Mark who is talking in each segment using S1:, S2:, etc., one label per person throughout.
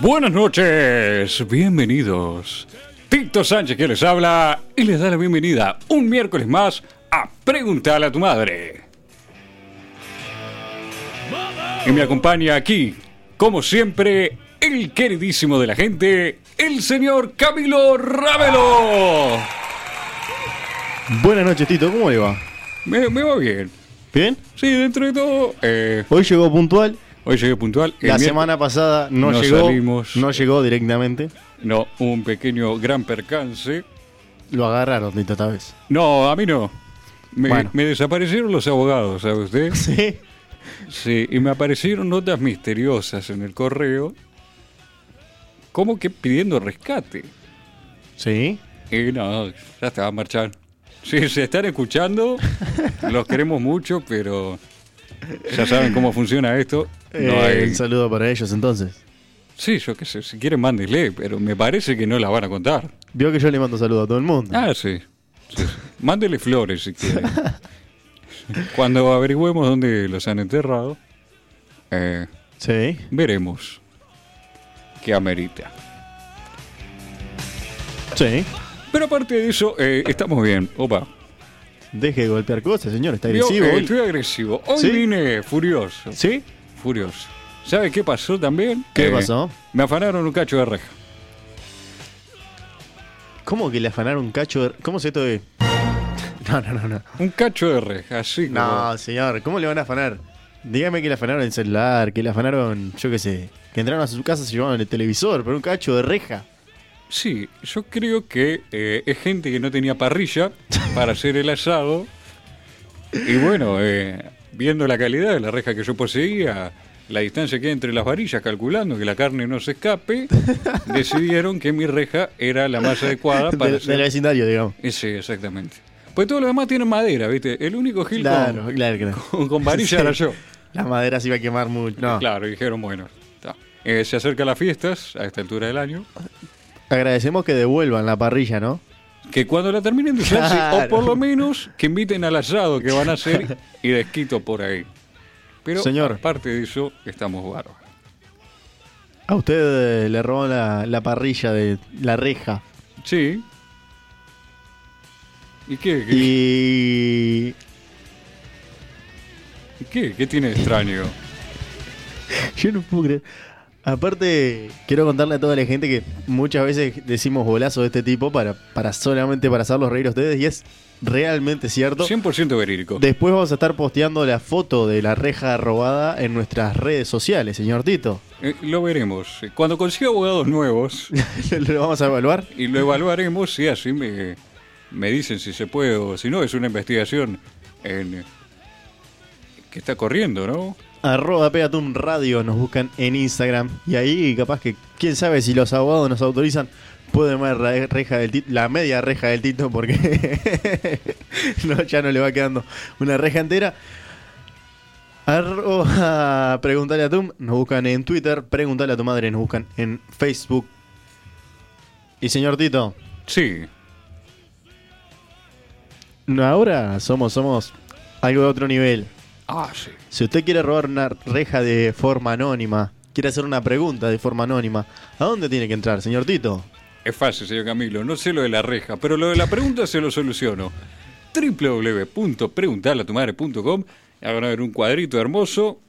S1: Buenas noches, bienvenidos. Tito Sánchez que les habla y les da la bienvenida un miércoles más a Preguntarle a tu madre. Y me acompaña aquí, como siempre, el queridísimo de la gente, el señor Camilo Ravelo.
S2: Buenas noches, Tito. ¿Cómo le va?
S1: Me, me va bien.
S2: ¿Bien?
S1: Sí, dentro de todo, eh,
S2: Hoy llegó puntual.
S1: hoy llegué puntual. El
S2: La
S1: miércoles-
S2: semana pasada no,
S1: no
S2: llegó.
S1: salimos.
S2: No llegó directamente.
S1: No, un pequeño gran percance.
S2: Lo agarraron, Tito, esta vez.
S1: No, a mí no. Me,
S2: Bueno.
S1: me desaparecieron los abogados, ¿sabe usted?
S2: Sí.
S1: Sí, y me aparecieron notas misteriosas en el correo, como que pidiendo rescate.
S2: Sí.
S1: Y no, ya está, marchar. Si se están escuchando, los queremos mucho, pero ya saben cómo funciona esto. No
S2: Eh,
S1: hay-
S2: Un saludo para ellos entonces.
S1: Sí, yo qué sé, si quieren mándenle, pero me parece que no la van a contar.
S2: Vio que yo le mando saludos a todo el mundo.
S1: Ah, sí. sí, sí. Mándele flores si quieren. Cuando averigüemos dónde los han enterrado, eh,
S2: Sí.
S1: veremos qué amerita.
S2: Sí.
S1: Pero aparte de eso, eh, estamos bien. Opa.
S2: Deje de golpear cosas, señor. Está
S1: Yo,
S2: agresivo.
S1: eh,
S2: hoy.
S1: estoy agresivo. Hoy
S2: ¿Sí?
S1: vine furioso.
S2: ¿Sí?
S1: Furioso. ¿Sabe qué pasó también? Eh,
S2: ¿Qué pasó?
S1: Me afanaron un cacho de reja.
S2: ¿Cómo que le afanaron un cacho de... ¿Cómo es esto de...? No, no, no, no.
S1: Un cacho de reja, así como-
S2: No, señor. ¿Cómo le van a afanar? Dígame que le afanaron el celular, que le afanaron, yo qué sé. Que entraron a su casa y se llevaron el televisor, pero un cacho de reja.
S1: Sí, yo creo que eh, es gente que no tenía parrilla para hacer el asado. Y bueno, eh, viendo la calidad de la reja que yo poseía, la distancia que hay entre las varillas, calculando que la carne no se escape, decidieron que mi reja era la más adecuada Ah, para
S2: Del,
S1: hacer...
S2: del vecindario, digamos.
S1: Eh, Sí, exactamente. Pues todos los demás tienen madera, ¿viste? El único Gil con-
S2: Claro, claro, claro.
S1: con, con varilla
S2: Sí.
S1: era yo.
S2: La madera se iba a quemar mucho. No.
S1: Claro, y dijeron, bueno, está. Eh, se acercan las fiestas a esta altura del año.
S2: Agradecemos que devuelvan la parrilla, ¿no?
S1: Que cuando la terminen de usar, sí, o
S2: Claro.
S1: por lo menos que inviten al asado que van a hacer y desquito por ahí. Pero
S2: Señor.
S1: aparte de eso, estamos bárbaros.
S2: A usted eh, le roban la, la parrilla de la reja.
S1: Sí. ¿Y qué? ¿Qué,
S2: Y.
S1: qué? ¿Qué tiene de extraño?
S2: Yo no puedo creer. Aparte, quiero contarle a toda la gente que muchas veces decimos bolazos de este tipo para, para solamente para hacerlos reír a ustedes y es realmente cierto.
S1: 100% verídico.
S2: Después vamos a estar posteando la foto de la reja robada en nuestras redes sociales, señor Tito.
S1: Eh, lo veremos. Cuando consiga abogados nuevos,
S2: Lo vamos a evaluar.
S1: y lo evaluaremos y así me, me dicen si se puede o si no. Es una investigación en, que está corriendo, ¿no?
S2: Arroba Pegatum Radio nos buscan en Instagram. Y ahí capaz que, quién sabe si los abogados nos autorizan, pueden ver la reja del Tito- la media reja del Tito, porque no, ya no le va quedando una reja entera. Arroba Preguntale a Tum, nos buscan en Twitter, Preguntale a tu madre, nos buscan en Facebook. Y señor Tito,
S1: Sí,
S2: no, ahora somos, somos algo de otro nivel.
S1: Ah, sí.
S2: Si usted quiere robar una reja de forma anónima, quiere hacer una pregunta de forma anónima, ¿a dónde tiene que entrar, señor Tito?
S1: Es fácil, señor Camilo. No sé lo de la reja, pero lo de la pregunta se lo soluciono. www.preguntarlatumadre.com Ahí van a ver un cuadrito hermoso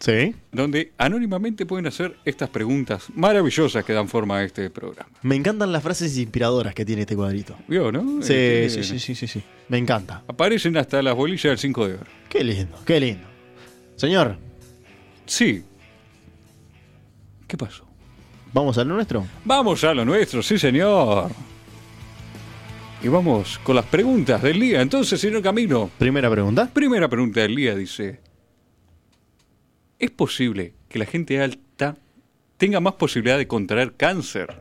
S2: Sí.
S1: donde anónimamente pueden hacer estas preguntas maravillosas que dan forma a este programa.
S2: Me encantan las frases inspiradoras que tiene este cuadrito.
S1: ¿Vio, no?
S2: Sí,
S1: Eh,
S2: sí,
S1: eh,
S2: sí, sí, sí, sí. Me encanta.
S1: Aparecen hasta las bolillas del 5 de oro.
S2: Qué lindo, qué lindo. Señor,
S1: Sí. ¿Qué pasó?
S2: ¿vamos a lo nuestro?
S1: Vamos a lo nuestro, sí señor. Y vamos con las preguntas del día. Entonces, señor Camino,
S2: Primera pregunta.
S1: primera pregunta del día dice, ¿es posible que la gente alta tenga más posibilidad de contraer cáncer?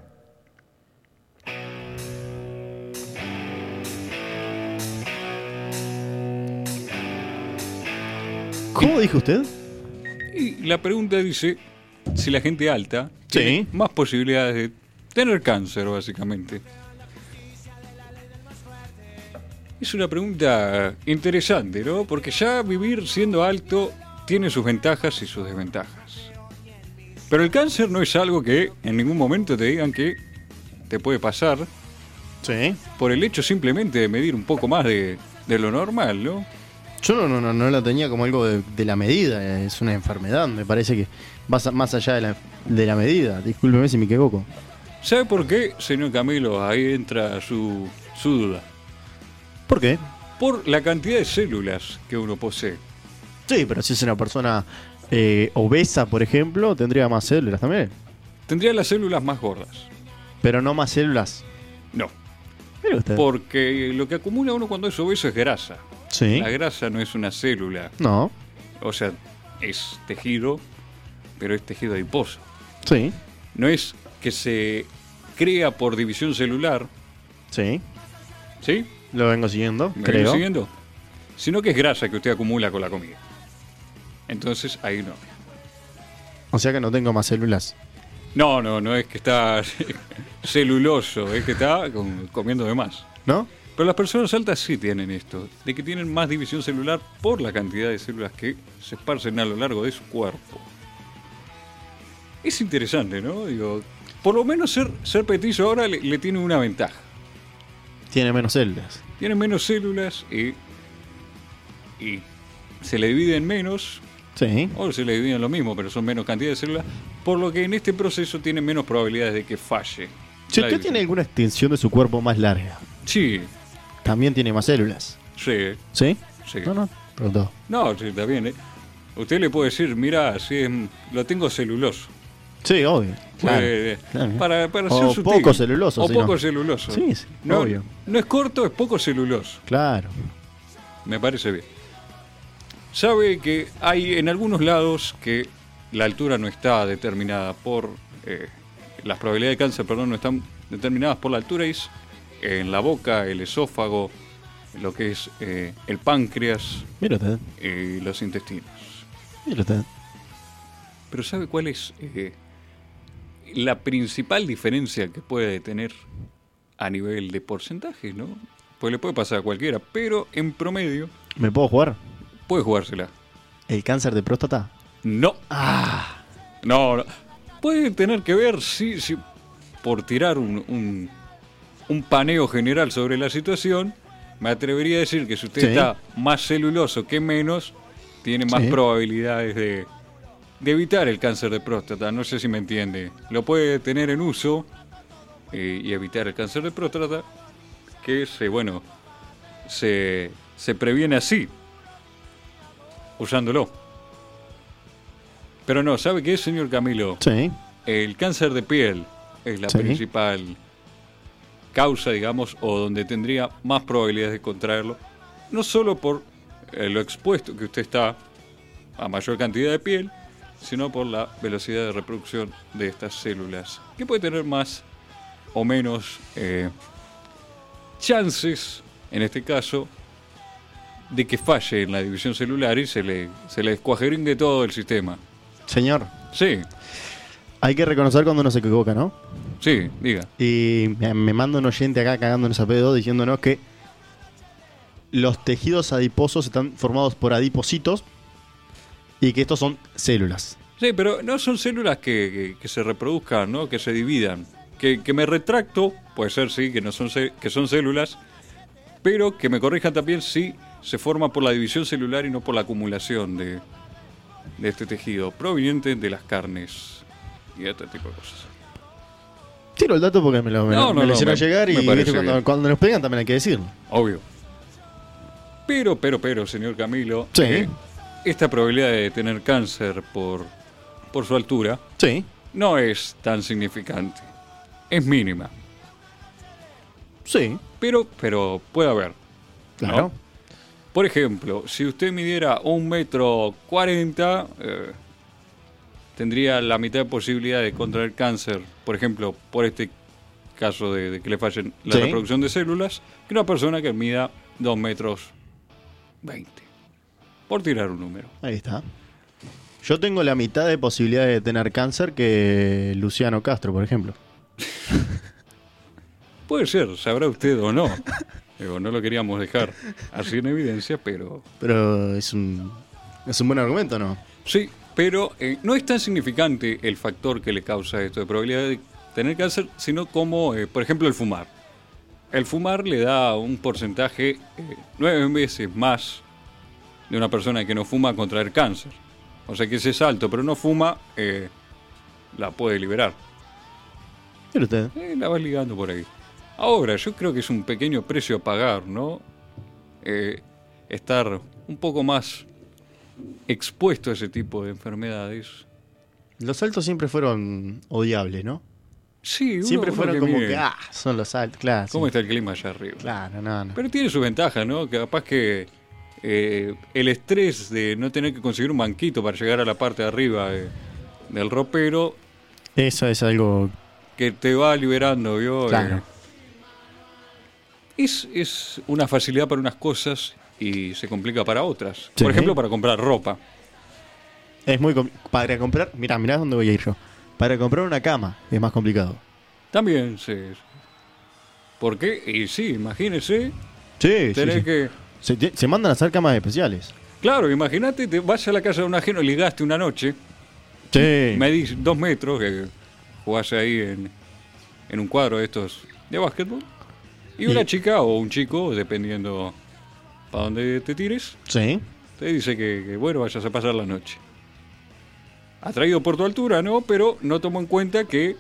S2: ¿Cómo dijo usted?
S1: Y la pregunta dice, si la gente alta
S2: Sí.
S1: tiene más posibilidades de tener cáncer, básicamente. Es una pregunta interesante, ¿no? Porque ya vivir siendo alto tiene sus ventajas y sus desventajas. Pero el cáncer no es algo que en ningún momento te digan que te puede pasar
S2: Sí.
S1: por el hecho simplemente de medir un poco más de, de lo normal, ¿no?
S2: Yo no, no, no, no la tenía como algo de, de la medida, es una enfermedad, me parece que va sa- más allá de la, de la medida. Discúlpeme si me equivoco.
S1: ¿Sabe por qué, señor Camilo? Ahí entra su, su duda.
S2: ¿Por qué?
S1: Por la cantidad de células que uno posee.
S2: Sí, pero si es una persona eh, obesa, por ejemplo, tendría más células también.
S1: Tendría las células más gordas.
S2: Pero no más células.
S1: No,
S2: Mire usted.
S1: porque lo que acumula uno cuando es obeso es grasa.
S2: Sí.
S1: La grasa no es una célula,
S2: No.
S1: o sea, es tejido, pero es tejido adiposo.
S2: Sí.
S1: No es que se crea por división celular,
S2: Sí.
S1: ¿sí?
S2: Lo vengo siguiendo,
S1: ¿Me
S2: creo.
S1: viene siguiendo? Sino que es grasa que usted acumula con la comida. Entonces, ahí no.
S2: O sea que no tengo más células.
S1: No, no, no es que está celuloso, es que está com- comiendo de más.
S2: ¿No?
S1: Pero las personas altas sí tienen esto, de que tienen más división celular por la cantidad de células que se esparcen a lo largo de su cuerpo. Es interesante, ¿no? Digo, por lo menos ser, ser petizo ahora le, le tiene una ventaja.
S2: Tiene menos células.
S1: Tiene menos células y, y se le dividen menos,
S2: Sí.
S1: o se le dividen lo mismo, pero son menos cantidad de células, por lo que en este proceso tiene menos probabilidades de que falle.
S2: Si
S1: la
S2: usted
S1: división.
S2: tiene alguna extensión de su cuerpo más larga,
S1: Sí,
S2: también tiene más células.
S1: sí,
S2: ¿Sí?
S1: sí.
S2: No, no. Pronto.
S1: No, sí, está bien. ¿eh? Usted le puede decir, mira, si es- lo tengo celuloso.
S2: Sí, obvio.
S1: Puede-
S2: claro.
S1: Para, para
S2: O
S1: ser sutil.
S2: poco celuloso,
S1: O
S2: si
S1: poco
S2: no.
S1: celuloso.
S2: Sí, sí,
S1: no,
S2: obvio.
S1: No es corto, es poco celuloso.
S2: Claro.
S1: Me parece bien. Sabe que hay en algunos lados que la altura no está determinada por. eh, las probabilidades de cáncer, perdón, no están determinadas por la altura. Es en la boca, el esófago, lo que es eh, el páncreas
S2: Mire usted.
S1: y los intestinos.
S2: Mire usted.
S1: Pero ¿sabe cuál es eh, la principal diferencia que puede tener a nivel de porcentaje, no? Pues le puede pasar a cualquiera, pero en promedio
S2: ¿Me puedo jugar?
S1: puede jugársela.
S2: ¿El cáncer de próstata?
S1: No.
S2: Ah.
S1: No, no. Puede tener que ver si, si por tirar un, un, un paneo general sobre la situación, me atrevería a decir que si usted
S2: Sí.
S1: está más celuloso que menos, tiene más
S2: Sí.
S1: probabilidades de, de evitar el cáncer de próstata. No sé si me entiende. Lo puede tener en uso eh, y evitar el cáncer de próstata, que se, bueno, se, se previene así, usándolo. Pero no, ¿sabe qué, señor Camilo?
S2: Sí.
S1: El cáncer de piel es la
S2: Sí.
S1: principal causa, digamos, o donde tendría más probabilidades de contraerlo. No solo por eh, lo expuesto que usted está a mayor cantidad de piel, sino por la velocidad de reproducción de estas células, que puede tener más o menos eh, chances, en este caso, de que falle en la división celular y se le, se le descuajeringue todo el sistema.
S2: Señor,
S1: Sí,
S2: hay que reconocer cuando uno se equivoca, ¿no?
S1: sí, diga.
S2: Y me, me manda un oyente acá cagándonos a pedo diciéndonos que los tejidos adiposos están formados por adipocitos y que estos son células.
S1: Sí, pero no son células que, que- que se reproduzcan, ¿no? Que se dividan. Que, que me retracto, puede ser, sí, que, no son, cé- que son células, pero que me corrijan también si se forma por la división celular y no por la acumulación de, de este tejido proveniente de las carnes y este tipo de cosas.
S2: Tiro el dato porque me lo, me lo-
S1: No, no,
S2: me lo
S1: no,
S2: hicieron
S1: me-
S2: llegar y
S1: me parece
S2: viste, cuando,
S1: bien.
S2: cuando nos pegan también hay que decirlo.
S1: Obvio. Pero, pero, pero, señor Camilo, eh,
S2: Sí.
S1: esta probabilidad de tener cáncer por, por su altura
S2: Sí.
S1: no es tan significante. Es mínima.
S2: Sí.
S1: Pero, pero puede haber.
S2: Claro.
S1: ¿no? Por ejemplo, si usted midiera un metro cuarenta, eh, tendría la mitad de posibilidad de contraer cáncer, por ejemplo, por este caso de, de que le fallen la
S2: Sí.
S1: reproducción de células, que una persona que mida dos metros veinte. Por tirar un número.
S2: Ahí está. Yo tengo la mitad de posibilidades de tener cáncer que Luciano Castro, por ejemplo.
S1: Puede ser, sabrá usted o no. Digo, no lo queríamos dejar así en evidencia, pero
S2: Pero es un Es un buen argumento, ¿no?
S1: Sí, pero eh, no es tan significante el factor que le causa esto de probabilidad de tener cáncer, sino como, eh, por ejemplo, el fumar. El fumar le da un porcentaje eh, nueve veces más de una persona que no fuma a contraer cáncer. O sea que ese salto, pero no fuma, eh, la puede liberar.
S2: Mire usted.
S1: Eh, la vas ligando por ahí. Ahora, yo creo que es un pequeño precio a pagar, ¿no? Eh, estar un poco más expuesto a ese tipo de enfermedades.
S2: Los saltos siempre fueron odiables, ¿no?
S1: Sí, uno-
S2: Siempre
S1: uno
S2: fueron como
S1: mire
S2: que, ah, son los saltos, claro.
S1: ¿Cómo
S2: sí.
S1: está el clima allá arriba?
S2: Claro, no, no.
S1: Pero tiene su ventaja, ¿no? Que Capaz que eh, el estrés de no tener que conseguir un banquito para llegar a la parte de arriba de- del ropero,
S2: Eso es algo.
S1: que te va liberando, ¿vio?
S2: Claro.
S1: Eh, Es, es una facilidad para unas cosas y se complica para otras.
S2: Sí.
S1: Por ejemplo, para comprar ropa.
S2: Es muy. com- Para comprar. Mirá, mirá dónde voy a ir yo. Para comprar una cama es más complicado.
S1: También se... ¿Por qué? Y sí, imagínese,
S2: Sí,
S1: tenés que...
S2: Se, te- se mandan a hacer camas especiales.
S1: Claro, imagínate, te vas a la casa de un ajeno y ligaste una noche,
S2: Sí.
S1: medís dos metros, que jugás ahí en, en un cuadro de estos de básquetbol, y una
S2: Y-
S1: chica o un chico, dependiendo para dónde te tires,
S2: Sí.
S1: Te dice que, que, bueno, vayas a pasar la noche. Atraído por tu altura, ¿no? Pero no tomó en cuenta que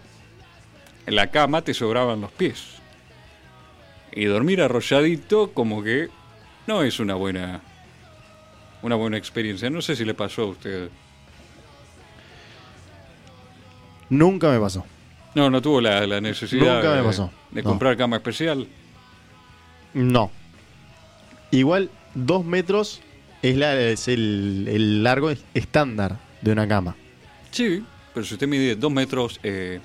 S1: en la cama te sobraban los pies. Y dormir arrolladito como que no es una buena una buena experiencia. No sé si le pasó a usted.
S2: Nunca me pasó.
S1: No, no tuvo la, la necesidad
S2: Nunca me
S1: de,
S2: pasó,
S1: de
S2: no.
S1: comprar cama especial.
S2: No. Igual, dos metros es, la, es el, el largo estándar de una cama.
S1: Sí, pero si usted mide dos metros, eh,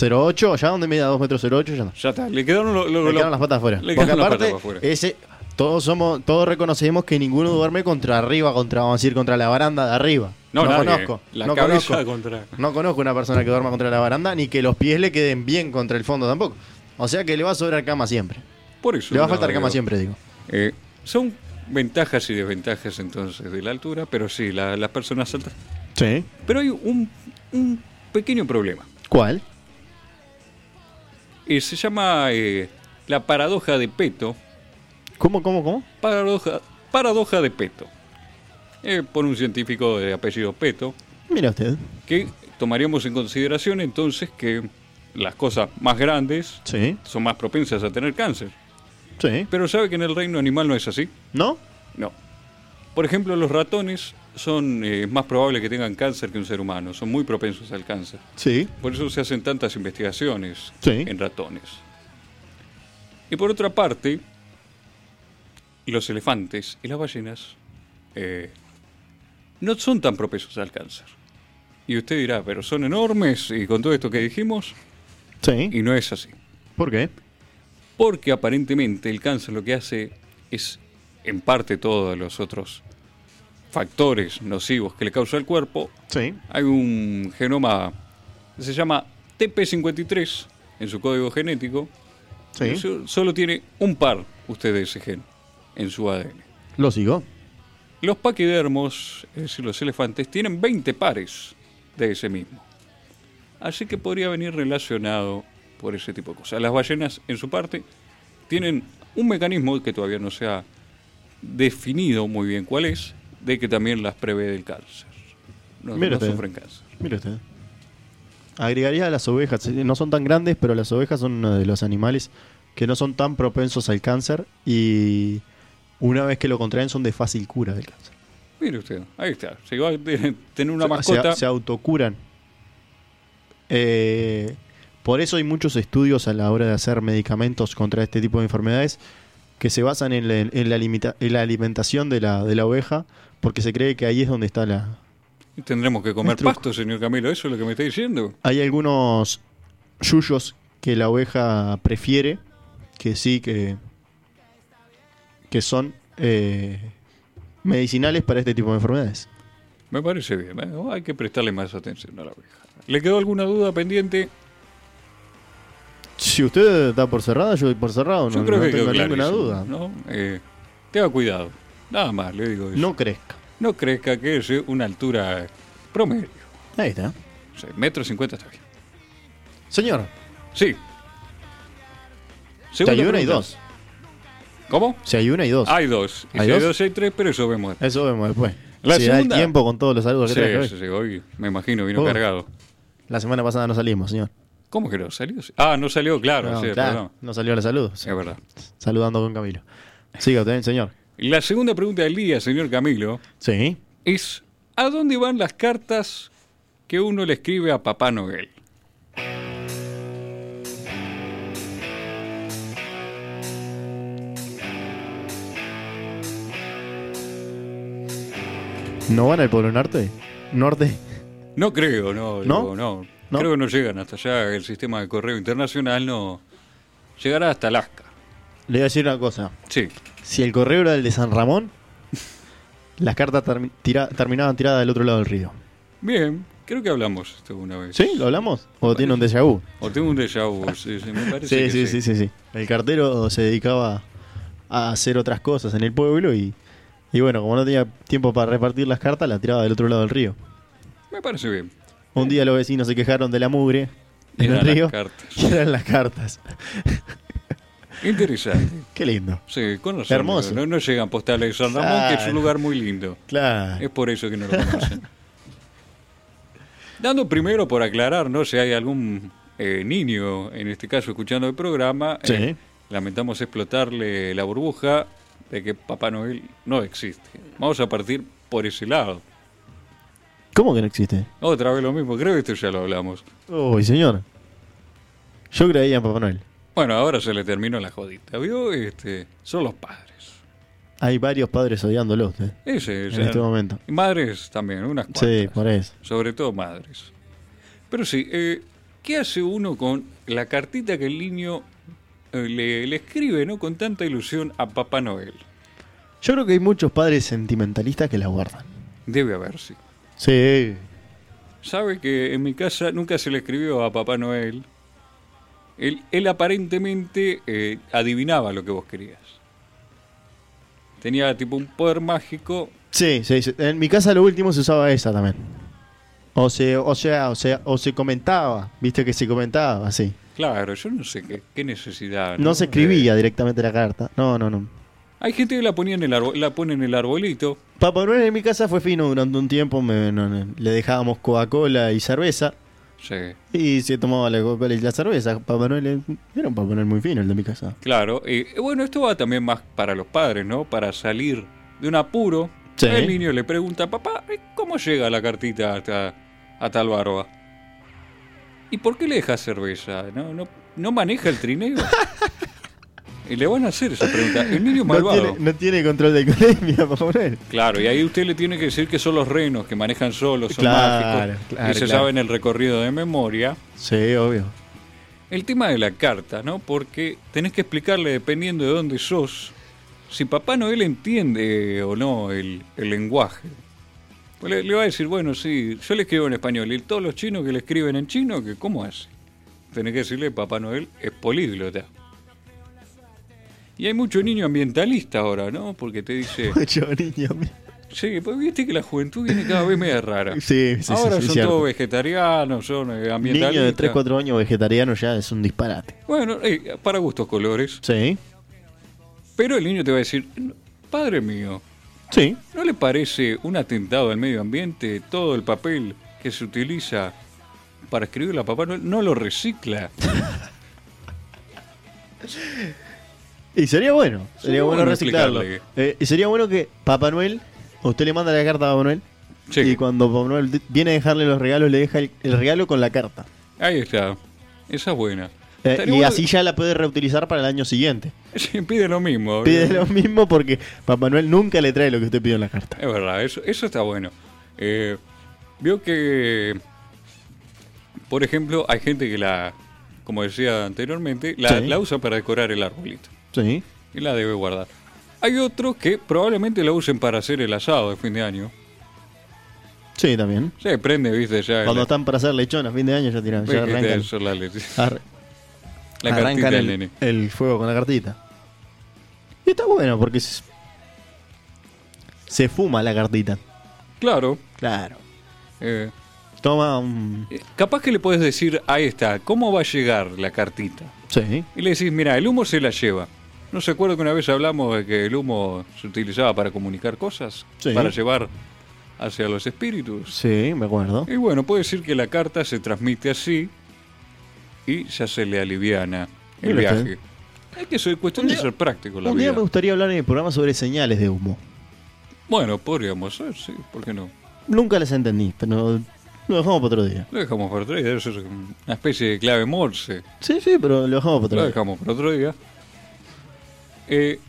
S2: 08, ya donde mida 2 metros 08, ya no.
S1: ya está. Le quedaron, lo- lo-
S2: Le
S1: lo-
S2: quedaron las patas afuera.
S1: le
S2: Porque
S1: quedaron las patas
S2: aparte,
S1: para afuera.
S2: ese, todos somos, todos reconocemos que ninguno duerme contra arriba, contra, vamos a decir, contra la baranda de arriba.
S1: No, nadie.
S2: conozco.
S1: La
S2: no
S1: cabeza
S2: conozco.
S1: contra...
S2: No conozco una persona que duerma contra la baranda, ni que los pies le queden bien contra el fondo tampoco. O sea que le va a sobrar cama siempre.
S1: Por eso
S2: Le va a
S1: no,
S2: faltar cama
S1: digo.
S2: siempre, digo.
S1: Eh, son ventajas y desventajas entonces de la altura, pero sí, la- las personas altas.
S2: Sí.
S1: Pero hay un, un pequeño problema.
S2: ¿Cuál?
S1: Eh, se llama eh, la paradoja de Peto.
S2: ¿Cómo, cómo, cómo?
S1: Paradoja, paradoja de Peto. Eh, por un científico de apellido Peto,
S2: Mira usted.
S1: que tomaríamos en consideración entonces que las cosas más grandes
S2: Sí,
S1: son más propensas a tener cáncer.
S2: sí.
S1: Pero sabe que en el reino animal no es así.
S2: ¿No?
S1: No. Por ejemplo, los ratones son eh, más probable que tengan cáncer que un ser humano. Son muy propensos al cáncer.
S2: Sí.
S1: Por eso se hacen tantas investigaciones
S2: Sí.
S1: en ratones. Y por otra parte, los elefantes y las ballenas eh, no son tan propensos al cáncer. Y usted dirá, pero son enormes y con todo esto que dijimos,
S2: Sí.
S1: y no es así.
S2: ¿Por qué?
S1: Porque aparentemente el cáncer lo que hace es, en parte, todos los otros factores nocivos que le causa al cuerpo.
S2: Sí.
S1: Hay un genoma que se llama TP53 en su código genético.
S2: Sí.
S1: Y so- Solo tiene un par usted de ese gen en su ADN.
S2: Lo sigo.
S1: Los paquidermos, es decir, los elefantes, tienen 20 pares de ese mismo. Así que podría venir relacionado por ese tipo de cosas. Las ballenas, en su parte, tienen un mecanismo que todavía no se ha definido muy bien cuál es, de que también las prevé del cáncer. No,
S2: Mire
S1: no
S2: usted.
S1: sufren cáncer.
S2: Mire usted. Agregaría a las ovejas. eh, No son tan grandes, pero las ovejas son uno de los animales que no son tan propensos al cáncer y una vez que lo contraen son de fácil cura del cáncer.
S1: Mire usted, ahí está. Si va a tener tener una
S2: Se-
S1: mascota,
S2: Se, se autocuran. Eh, por eso hay muchos estudios a la hora de hacer medicamentos contra este tipo de enfermedades que se basan en la, en la limita- en la alimentación de la, de la oveja, porque se cree que ahí es donde está la...
S1: tendremos que comer
S2: es truco.
S1: pasto, señor Camilo. ¿Eso es lo que me está diciendo?
S2: Hay algunos yuyos que la oveja prefiere, que sí, que, que son eh, medicinales para este tipo de enfermedades.
S1: Me parece bien, ¿eh? ¿No? hay que prestarle más atención a la oveja. ¿Le quedó alguna duda pendiente?
S2: Si usted está por cerrada, yo doy por cerrado, no,
S1: Yo creo
S2: no
S1: que
S2: tengo
S1: quedó
S2: ninguna
S1: clarísimo,
S2: duda.
S1: ¿no? Eh, tenga cuidado, nada más le digo eso.
S2: no crezca.
S1: no crezca, que es una altura promedio.
S2: Ahí está.
S1: O sea, metro cincuenta está bien.
S2: Señor,
S1: Sí.
S2: si
S1: Segunda
S2: hay una y
S1: pregunta. Ah.
S2: dos.
S1: ¿Cómo?
S2: Si hay una y dos.
S1: Hay dos. Y
S2: ¿Hay
S1: si hay
S2: dos?
S1: dos, hay tres, pero eso vemos.
S2: Eso vemos después.
S1: La
S2: si
S1: segunda-
S2: da el tiempo con todos los saludos que
S1: Sí,
S2: traje hoy.
S1: sí, sí, hoy me imagino vino
S2: Oh.
S1: cargado.
S2: La semana pasada no salimos, señor.
S1: ¿Cómo que no salió? Ah, no salió, claro,
S2: No,
S1: sí,
S2: claro,
S1: perdón.
S2: no salió la salud.
S1: Sí, es verdad.
S2: Saludando con Camilo. Siga usted, señor.
S1: La segunda pregunta del día, señor Camilo,
S2: Sí.
S1: es ¿a dónde van las cartas que uno le escribe a Papá Noel?
S2: ¿No van al Polo Norte? Norte.
S1: No creo, no,
S2: ¿No?
S1: digo, no.
S2: ¿No?
S1: Creo que no llegan hasta allá, el sistema de correo internacional no llegará hasta Alaska.
S2: Le voy a decir una cosa.
S1: Sí,
S2: Si el correo era el de San Ramón, las cartas termi- tira- terminaban tiradas del otro lado del río.
S1: bien, creo que hablamos esto una vez.
S2: ¿Sí? ¿Lo hablamos? ¿O tiene un déjà vu?
S1: O tengo un déjà vu, sí, sí, me parece
S2: Sí,
S1: que
S2: sí, sí, sí, sí. El cartero se dedicaba a hacer otras cosas en el pueblo y, y bueno, como no tenía tiempo para repartir las cartas, las tiraba del otro lado del río.
S1: Me parece bien.
S2: Un día los vecinos se quejaron de la mugre en
S1: Eran
S2: el
S1: las
S2: río.
S1: cartas.
S2: Y eran las cartas.
S1: Interesante.
S2: Qué lindo.
S1: Sí, con razón,
S2: Hermoso. Ah.
S1: No, no llegan postales de San Ramón, que es un
S2: Claro.
S1: lugar muy lindo.
S2: Claro.
S1: Es por eso que no lo conocen. Dando primero por aclarar, ¿no? Si hay algún eh, niño, en este caso, escuchando el programa, eh,
S2: Sí.
S1: lamentamos explotarle la burbuja de que Papá Noel no existe. Vamos a partir por ese lado.
S2: ¿Cómo que no existe?
S1: Otra vez lo mismo, creo que esto ya lo hablamos.
S2: Uy, señor. Yo creía en Papá Noel.
S1: Bueno, ahora se le terminó la jodita, ¿vio? Este, son los padres.
S2: Hay varios padres odiándolo a usted.
S1: Ese,
S2: En
S1: o sea,
S2: este momento.
S1: y Madres también, unas cuantas.
S2: Sí, por eso.
S1: Sobre todo madres. Pero sí, eh, ¿qué hace uno con la cartita que el niño eh, le, le escribe, ¿no? Con tanta ilusión a Papá Noel.
S2: Yo creo que hay muchos padres sentimentalistas que la guardan.
S1: Debe haber, sí.
S2: Sí.
S1: Sabe que en mi casa nunca se le escribió a Papá Noel. Él, él aparentemente eh, adivinaba lo que vos querías. Tenía tipo un poder mágico.
S2: Sí, sí, sí. En mi casa lo último se usaba esa también. O se, o sea, o sea, o se comentaba, viste que se comentaba, así.
S1: Claro, yo no sé qué, qué necesidad.
S2: No se escribía directamente la carta. No, no, no.
S1: Hay gente que la ponía en el arbo- la pone en el arbolito.
S2: Papá Noel en mi casa fue fino durante un tiempo, me- no, no, le dejábamos Coca-Cola y cerveza
S1: Sí.
S2: y se tomaba la Coca-Cola y la cerveza. Papá Noel eh, era un Papá Noel muy fino el de mi casa.
S1: Claro, y bueno, esto va también más para los padres, ¿no? Para salir de un apuro.
S2: Sí.
S1: El niño le pregunta, papá, ¿cómo llega la cartita hasta, a tal barba? ¿Y por qué le deja cerveza? ¿No, no, no maneja el trineo? y le van a hacer esa pregunta. El niño
S2: No
S1: malvado.
S2: tiene, no tiene control de alcoholemia, Papá Noel.
S1: Claro, y ahí usted le tiene que decir que son los renos que manejan solos, son
S2: Claro,
S1: mágicos,
S2: claro,
S1: y se
S2: claro.
S1: saben el recorrido de memoria.
S2: Sí, obvio.
S1: El tema de la carta, ¿no? Porque tenés que explicarle, dependiendo de dónde sos, si Papá Noel entiende o no el, el lenguaje. Pues le, le va a decir, bueno, sí, yo le escribo en español. Y todos los chinos que le escriben en chino, que ¿cómo hace? Tenés que decirle, Papá Noel es políglota. Y hay mucho niño ambientalista ahora, ¿no? Porque te dice,
S2: Mucho niño.
S1: sí, pues viste que la juventud viene cada vez media rara.
S2: Sí, sí, sí,
S1: ahora
S2: sí,
S1: son
S2: cierto.
S1: todos vegetarianos, son eh, ambientalistas.
S2: Niño de 3, 4 años vegetariano ya es un disparate.
S1: Bueno, eh, para gustos colores.
S2: Sí.
S1: Pero el niño te va a decir, padre mío,
S2: Sí.
S1: ¿no le parece un atentado al medio ambiente todo el papel que se utiliza para escribir la Papá Noel? No lo recicla.
S2: Y sería bueno,
S1: Sería
S2: sería bueno
S1: bueno
S2: reciclarlo.
S1: explicarle.
S2: Eh, y sería bueno que Papá Noel, usted le manda la carta a Papá Noel,
S1: Sí.
S2: y cuando Papá Noel de- viene a dejarle los regalos, le deja el, el regalo con la carta.
S1: Ahí está. Esa es buena.
S2: Eh,
S1: Estaría
S2: y
S1: bueno-
S2: así ya la puede reutilizar para el año siguiente.
S1: Sí, pide lo mismo.
S2: Pide lo mismo porque Papá Noel nunca le trae lo que usted pidió en la carta.
S1: Es verdad, eso, eso está bueno. Eh, vio que, por ejemplo, hay gente que la, como decía anteriormente, la,
S2: Sí.
S1: la usa para decorar el arbolito.
S2: Sí.
S1: y la debe guardar. Hay otros que probablemente la usen para hacer el asado de fin de año.
S2: Sí, también.
S1: Se prende, viste, ya.
S2: Cuando
S1: la-
S2: están para hacer lechón a fin de año ya tiran,
S1: viste,
S2: ya arrancan,
S1: eso, la, le-
S2: ar-
S1: la
S2: arrancan
S1: cartita del
S2: el,
S1: nene.
S2: el fuego con la cartita. Y está bueno porque se, se fuma la cartita.
S1: Claro.
S2: Claro.
S1: eh,
S2: Toma un.
S1: eh, capaz que le puedes decir, ahí está, ¿cómo va a llegar la cartita?
S2: Sí.
S1: Y le decís, mira, el humo se la lleva. ¿No se acuerda que una vez hablamos de que el humo se utilizaba para comunicar cosas?
S2: Sí.
S1: Para llevar hacia los espíritus.
S2: Sí, me acuerdo.
S1: Y bueno, puede decir que la carta se transmite así y ya se le aliviana el
S2: Mira usted.
S1: viaje. Hay que ser cuestión de ser práctico la
S2: un día
S1: vida.
S2: me gustaría hablar en el programa sobre señales de humo.
S1: Bueno, podríamos ser, sí, ¿por qué no?
S2: Nunca las entendí, pero lo dejamos para otro día.
S1: Lo dejamos para otro día, debe ser una especie de clave morse.
S2: Sí, sí, pero lo dejamos para otro
S1: Lo
S2: día.
S1: dejamos para otro día. Eh,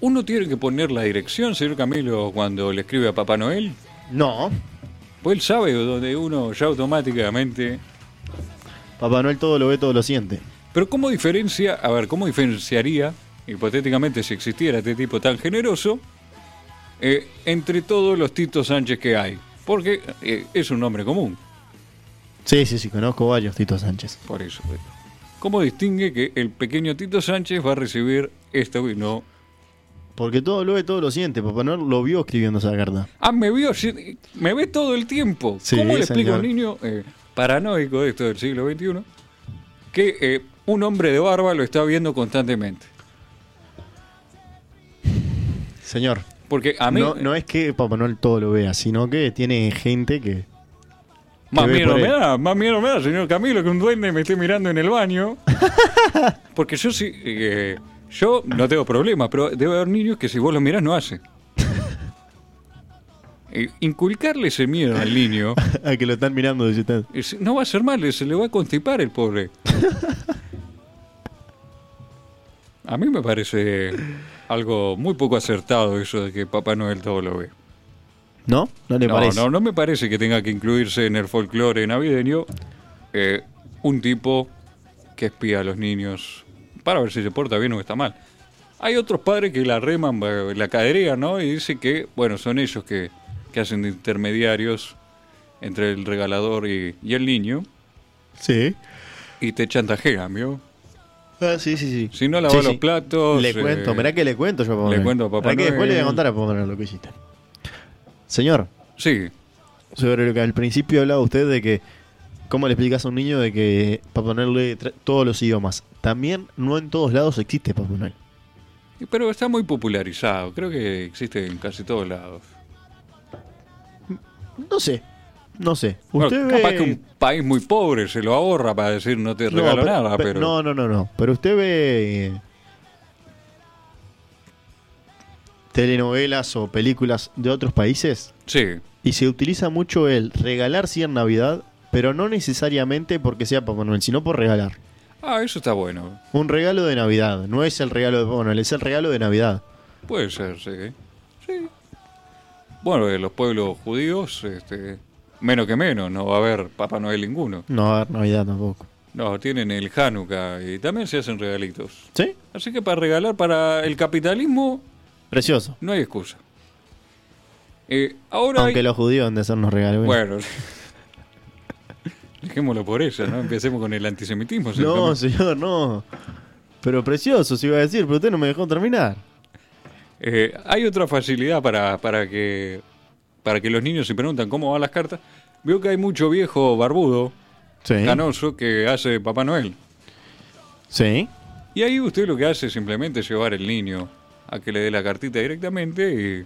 S1: uno tiene que poner la dirección, señor Camilo, cuando le escribe a Papá Noel.
S2: No.
S1: Pues él sabe donde uno ya automáticamente.
S2: Papá Noel todo lo ve, todo lo siente.
S1: Pero ¿cómo diferencia? A ver, ¿cómo diferenciaría, hipotéticamente, si existiera este tipo tan generoso, eh, entre todos los Tito Sánchez que hay? Porque eh, es un nombre común,
S2: Sí, sí, sí, conozco varios Tito Sánchez.
S1: por eso. ¿Cómo distingue que el pequeño Tito Sánchez va a recibir esto y no
S2: Porque todo lo ve, todo lo siente. Papá Noel lo vio escribiendo esa carta.
S1: Ah, me vio, sí, me ve todo el tiempo.
S2: Sí,
S1: ¿Cómo le explico a
S2: señor.
S1: un niño eh, paranoico de esto del siglo XXI que eh, un hombre de barba lo está viendo constantemente?
S2: Señor,
S1: Porque a mí
S2: no, no es que Papá Noel todo lo vea, sino que tiene gente que...
S1: más
S2: que ve
S1: miedo
S2: por
S1: me
S2: él.
S1: da, más miedo me da, señor Camilo, que un duende me esté mirando en el baño. Porque yo sí, eh, yo no tengo problema, pero debe haber niños que si vos los mirás no hace. Eh, Inculcarle ese miedo al niño
S2: a que lo están mirando desde tan-
S1: Es- No va a ser mal, se le va a constipar el pobre. A mí me parece algo muy poco acertado eso de que Papá Noel todo lo ve.
S2: ¿No? ¿No le
S1: No,
S2: parece?
S1: no, no me parece que tenga que incluirse en el folclore navideño eh, un tipo que espía a los niños para ver si se porta bien o está mal. Hay otros padres que la reman, eh, la caderean, ¿no? Y dice que, bueno, son ellos que, que hacen de intermediarios entre el regalador y- y el niño
S2: Sí.
S1: y te chantajean, ¿vio?
S2: Ah, sí, sí, sí.
S1: Si no
S2: la
S1: lavas los platos.
S2: Le
S1: eh,
S2: cuento, mirá que le cuento yo a Papá
S1: le
S2: Noel.
S1: cuento a Papá
S2: Mirá que después le voy a
S1: Noel.
S2: contar a Papá Noel lo que hiciste. Señor,
S1: Sí,
S2: sobre lo que al principio hablaba usted de que... ¿Cómo le explicas a un niño de que Papá Noel lee tra- todos los idiomas? También no en todos lados existe Papá Noel.
S1: pero está muy popularizado. Creo que existe en casi todos lados.
S2: No sé. No sé.
S1: Bueno,
S2: Usted
S1: capaz
S2: ve-
S1: que un país muy pobre se lo ahorra para decir no te regalo
S2: pe-
S1: nada,
S2: pe-
S1: pero.
S2: No, no, no, no. Pero usted ve eh, telenovelas o películas de otros países
S1: Sí,
S2: y se utiliza mucho el regalar sí en Navidad, pero no necesariamente porque sea Papá Noel, sino por regalar.
S1: ah, eso está bueno.
S2: Un regalo de Navidad, no es el regalo de Papá Noel, es el regalo de Navidad.
S1: Puede ser, sí. Sí. Bueno, de los pueblos judíos, este, menos que menos, no va a haber Papá Noel ninguno.
S2: No va a haber Navidad tampoco.
S1: No, tienen el Hanukkah y también se hacen regalitos.
S2: ¿Sí?
S1: Así que para regalar para el capitalismo
S2: Precioso.
S1: No hay excusa. Eh, ahora
S2: Aunque
S1: hay-
S2: los judíos han de hacernos regalos.
S1: Bueno. Dejémoslo por ella, ¿no? Empecemos con el antisemitismo. señor.
S2: No, señor, no. Pero precioso, se iba a decir, pero usted no me dejó terminar.
S1: Eh, hay otra facilidad para, para que para que los niños se preguntan cómo van las cartas. Veo que hay mucho viejo barbudo,
S2: Sí.
S1: canoso, que hace Papá Noel.
S2: Sí.
S1: Y ahí usted lo que hace es simplemente llevar el niño a que le dé la cartita directamente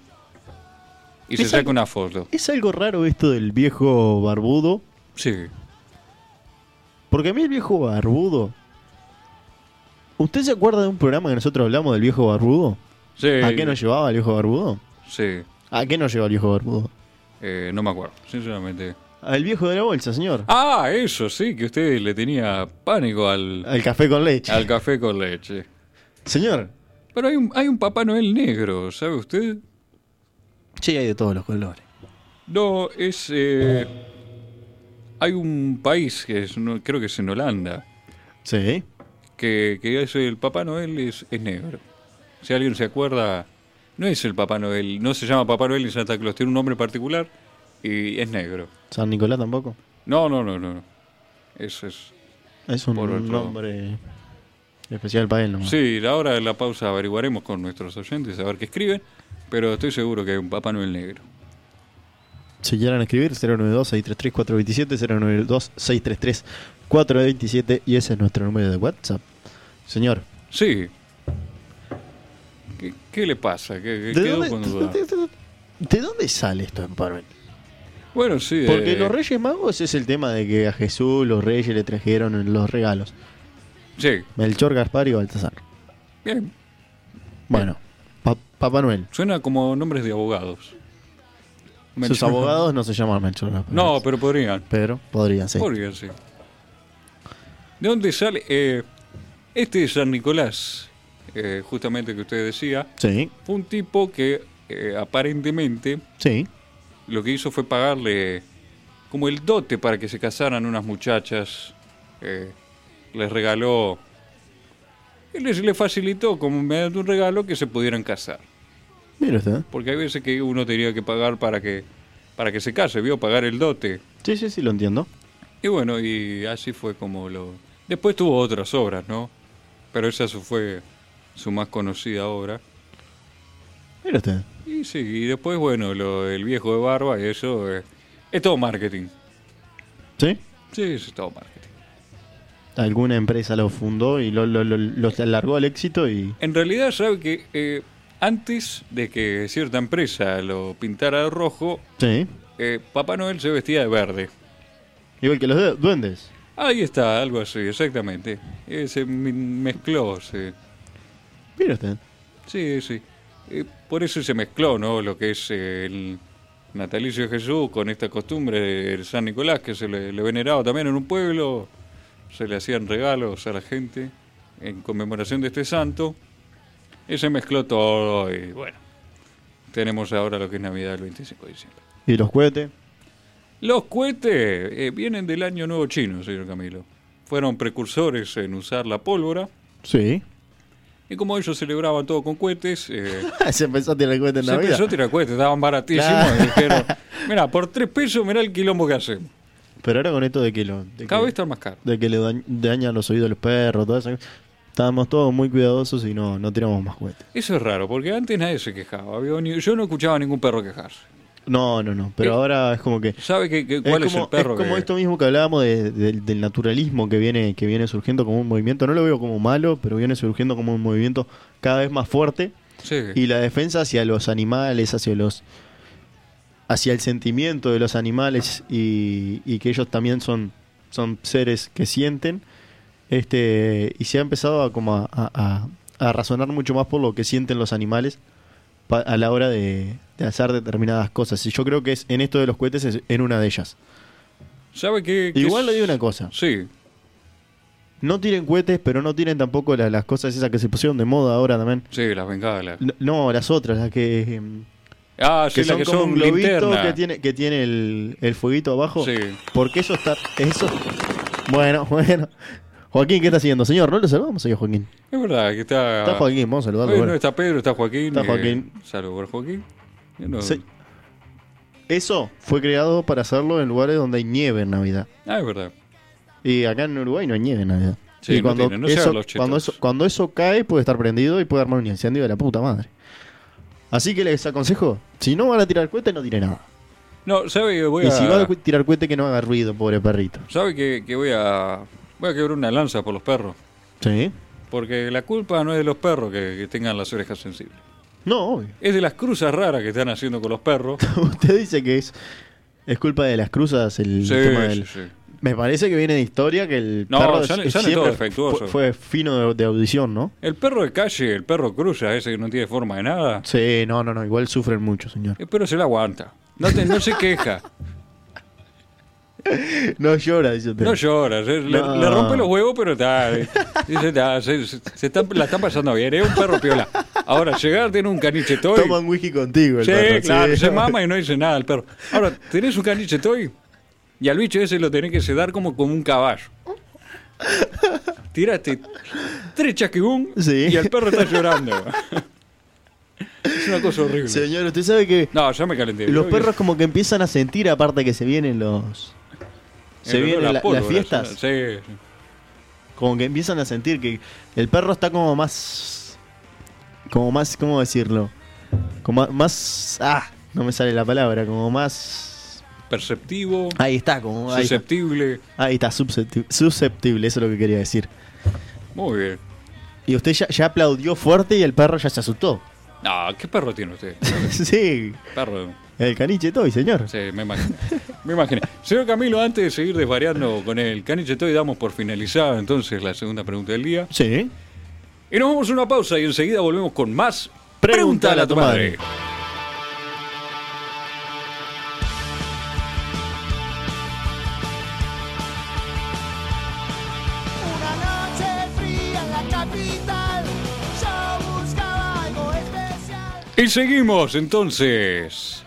S1: y, y se
S2: Es
S1: saca una foto.
S2: Es algo raro esto del viejo barbudo.
S1: Sí.
S2: Porque a mí el viejo barbudo. ¿Usted se acuerda de un programa que nosotros hablamos del viejo barbudo?
S1: sí.
S2: ¿A qué nos llevaba el viejo barbudo?
S1: Sí.
S2: ¿A qué nos lleva el viejo barbudo?
S1: Eh, no me acuerdo, sinceramente.
S2: Al viejo de la bolsa, señor.
S1: Ah, eso sí, que usted le tenía pánico al,
S2: Al café con leche.
S1: al café con leche.
S2: Señor.
S1: Pero hay un, hay un Papá Noel negro, ¿sabe usted?
S2: Sí, hay de todos los colores.
S1: No, es... eh, hay un país, que es, no- creo que es en Holanda,
S2: Sí.
S1: que, que es el Papá Noel es, es negro. Si alguien se acuerda, no es el Papá Noel, no se llama Papá Noel ni Santa Claus, tiene un nombre particular y es negro.
S2: San Nicolás tampoco.
S1: No, no, no, no. no. Eso es...
S2: Es un
S1: Por otro-
S2: nombre especial para él nomás.
S1: Sí, ahora en la pausa averiguaremos con nuestros oyentes a ver qué escriben, pero estoy seguro que hay un Papá Noel negro.
S2: Si quieran escribir, 092-633-427, 092-633-427 y ese es nuestro número de WhatsApp. Señor,
S1: Sí. ¿Qué, qué le pasa? ¿Qué, qué
S2: ¿de
S1: quedó
S2: dónde,
S1: con duda?
S2: de- de- de dónde sale esto en Parmen?
S1: Bueno, sí.
S2: Porque
S1: eh,
S2: los Reyes Magos es el tema de que a Jesús los Reyes le trajeron los regalos.
S1: Sí,
S2: Melchor, Gaspar y Baltasar.
S1: bien.
S2: Bueno, Pa- Papá Noel.
S1: Suena como nombres de abogados.
S2: Sus
S1: Menciono-
S2: abogados no se llaman Melchor, Gaspar.
S1: No, pero podrían.
S2: pero podrían ser.
S1: Podrían, sí. ¿De dónde sale? Eh, este es San Nicolás, eh, justamente que usted decía.
S2: Sí,
S1: Fue un tipo que eh, aparentemente
S2: sí.
S1: lo que hizo fue pagarle como el dote para que se casaran unas muchachas. eh, les regaló. Él les, les facilitó como mediante un regalo que se pudieran casar.
S2: Mira usted.
S1: Porque hay veces que uno tenía que pagar para que, para que se case, vio, pagar el dote.
S2: Sí, sí, sí, lo entiendo.
S1: Y bueno, y así fue como lo... Después tuvo otras obras, ¿no? Pero esa su- fue su más conocida obra.
S2: Mira usted.
S1: Y sí, y después, bueno, lo, el viejo de barba, eso eh, es todo marketing.
S2: ¿Sí?
S1: Sí, es todo marketing.
S2: Alguna empresa lo fundó y lo, lo, lo- lo alargó al éxito y...
S1: En realidad, sabe que eh, antes de que cierta empresa lo pintara de rojo,
S2: Sí.
S1: eh, Papá Noel se vestía de verde.
S2: Igual que los du- duendes.
S1: Ahí está, algo así, exactamente. Eh, se me- mezcló, sí.
S2: Mira usted.
S1: Sí, sí. Eh, por eso se mezcló, ¿no? Lo que es eh, el natalicio de Jesús con esta costumbre del San Nicolás, que se le, le veneraba también en un pueblo. Se le hacían regalos a la gente en conmemoración de este santo. Y se mezcló todo y bueno, tenemos ahora lo que es Navidad el 25 de diciembre.
S2: Y los cohetes.
S1: Los cohetes eh, vienen del Año Nuevo Chino, señor Camilo. Fueron precursores en usar la pólvora.
S2: Sí.
S1: Y como ellos celebraban todo con cohetes... eh,
S2: Ah, se empezó a tirar cohetes en
S1: Se
S2: Navidad.
S1: empezó a tirar cohetes, estaban baratísimos.
S2: Claro.
S1: Y dijeron, mira, por tres pesos, mirá el quilombo que hacemos.
S2: Pero ahora con esto de que lo... de
S1: Cada
S2: que-
S1: vez están más caros.
S2: de que le dañ- dañan los oídos a los perros, todo eso. Estábamos todos muy cuidadosos y no, no tiramos más cohetes.
S1: Eso es raro, porque antes nadie se quejaba. había ni- Yo no escuchaba a ningún perro quejarse.
S2: No, no, no. Pero
S1: Eh,
S2: ahora es como que.
S1: ¿Sabe que, que- cuál es,
S2: como,
S1: el perro?
S2: es como
S1: que-
S2: esto mismo que hablábamos de- de- del naturalismo que viene, que viene surgiendo como un movimiento. No lo veo como malo, pero viene surgiendo como un movimiento cada vez más fuerte.
S1: Sí.
S2: Y la defensa hacia los animales, hacia los. hacia el sentimiento de los animales y, y que ellos también son, son seres que sienten. Este, y se ha empezado a, como a, a- a- a razonar mucho más por lo que sienten los animales pa- a la hora de, de hacer determinadas cosas. Y yo creo que es en esto de los cohetes es en una de ellas.
S1: ¿Sabe que, que
S2: Igual le digo
S1: es-
S2: una cosa.
S1: Sí,
S2: No tiren cohetes, pero no tiren tampoco la- las cosas esas que se pusieron de moda ahora también.
S1: sí, las bengalas.
S2: No, No, las otras, las que... em,
S1: Ah,
S2: que
S1: sí, las
S2: son
S1: que
S2: como
S1: son
S2: un globito
S1: linterna.
S2: que tiene, que tiene el, el fueguito abajo.
S1: Sí.
S2: Porque eso está. Eso. Bueno, bueno. Joaquín, ¿qué está haciendo? Señor, no lo saludamos señor Joaquín.
S1: Es verdad que está...
S2: Está Joaquín, vamos a saludarlo.
S1: Hoy
S2: bueno.
S1: Ah. no está Pedro, está Joaquín.
S2: Está
S1: eh,
S2: Joaquín.
S1: salud por Joaquín. Yo no-
S2: Sí. Eso fue creado para hacerlo en lugares donde hay nieve en Navidad.
S1: Ah, es verdad.
S2: Y acá en Uruguay no hay nieve en Navidad.
S1: Sí,
S2: y
S1: no
S2: cuando,
S1: tiene, no llegan
S2: eso,
S1: los chetos.
S2: cuando, eso, cuando eso cae puede estar prendido y puede armar un incendio de la puta madre. Así que les aconsejo, si no van a tirar cohete, no tire nada.
S1: No, ¿sabe que voy
S2: Y
S1: a...?
S2: si van a cu- tirar cohete, que no haga ruido, pobre perrito.
S1: ¿Sabe que, que voy a... Voy a quebrar una lanza por los perros.
S2: ¿Sí?
S1: Porque la culpa no es de los perros que, que tengan las orejas sensibles.
S2: No, obvio.
S1: Es de las cruzas raras que están haciendo con los perros.
S2: Usted dice que es, es culpa de las cruzas el
S1: Sí,
S2: tema
S1: sí,
S2: del...
S1: sí.
S2: Me parece que viene de historia que el
S1: No,
S2: perro
S1: sale-
S2: es-
S1: sale
S2: siempre
S1: todo defectuoso.
S2: Fue, fue fino de, de audición, ¿no?
S1: El perro de calle, el perro cruza, ese que no tiene forma de nada.
S2: Sí, no, no, no, igual sufren mucho, señor.
S1: El perro se la aguanta. No, te- no se queja.
S2: No llora, dice usted.
S1: No llora. se- le-
S2: No.
S1: Le, rompe los huevos, pero está. eh, dice, está, se, se- se está- la están pasando bien. Es un perro piola. Ahora, llegar tiene un caniche toy.
S2: Toman whisky contigo el
S1: Sí,
S2: perro,
S1: claro,
S2: Pues sí.
S1: se mama y no dice nada el perro. Ahora, tenés un caniche toy y al bicho ese lo tenés que sedar como con un caballo. Tiraste tres chasquibún
S2: Sí.
S1: y el perro está llorando. es una cosa horrible.
S2: Señor, usted sabe que
S1: No, ya me calenté.
S2: los
S1: Yo-
S2: perros como que empiezan a sentir, aparte que se vienen los...
S1: el
S2: Se
S1: olor
S2: vienen
S1: a
S2: la-
S1: pólvora,
S2: las fiestas.
S1: Sí, sí.
S2: Como que empiezan a sentir que el perro está como más. Como más. ¿Cómo decirlo? Como más. Ah, no me sale la palabra. Como más.
S1: perceptivo,
S2: Ahí está, como. Ahí está,
S1: susceptible.
S2: Ahí está, suscepti- susceptible, eso es lo que quería decir.
S1: Muy bien.
S2: Y usted ya, ya aplaudió fuerte y el perro ya se asustó.
S1: Ah, ¿qué perro tiene usted?
S2: sí,
S1: Perro,
S2: el caniche Toy, señor.
S1: sí, me imagino. Me imagino. Señor Camilo, antes de seguir desvariando con el caniche Toy, damos por finalizada entonces la segunda pregunta del día.
S2: Sí.
S1: Y nos vamos a una pausa y enseguida volvemos con más
S2: Pregúntale a tu madre.
S3: Una noche fría en la capital, yo buscaba algo especial.
S1: Y seguimos entonces.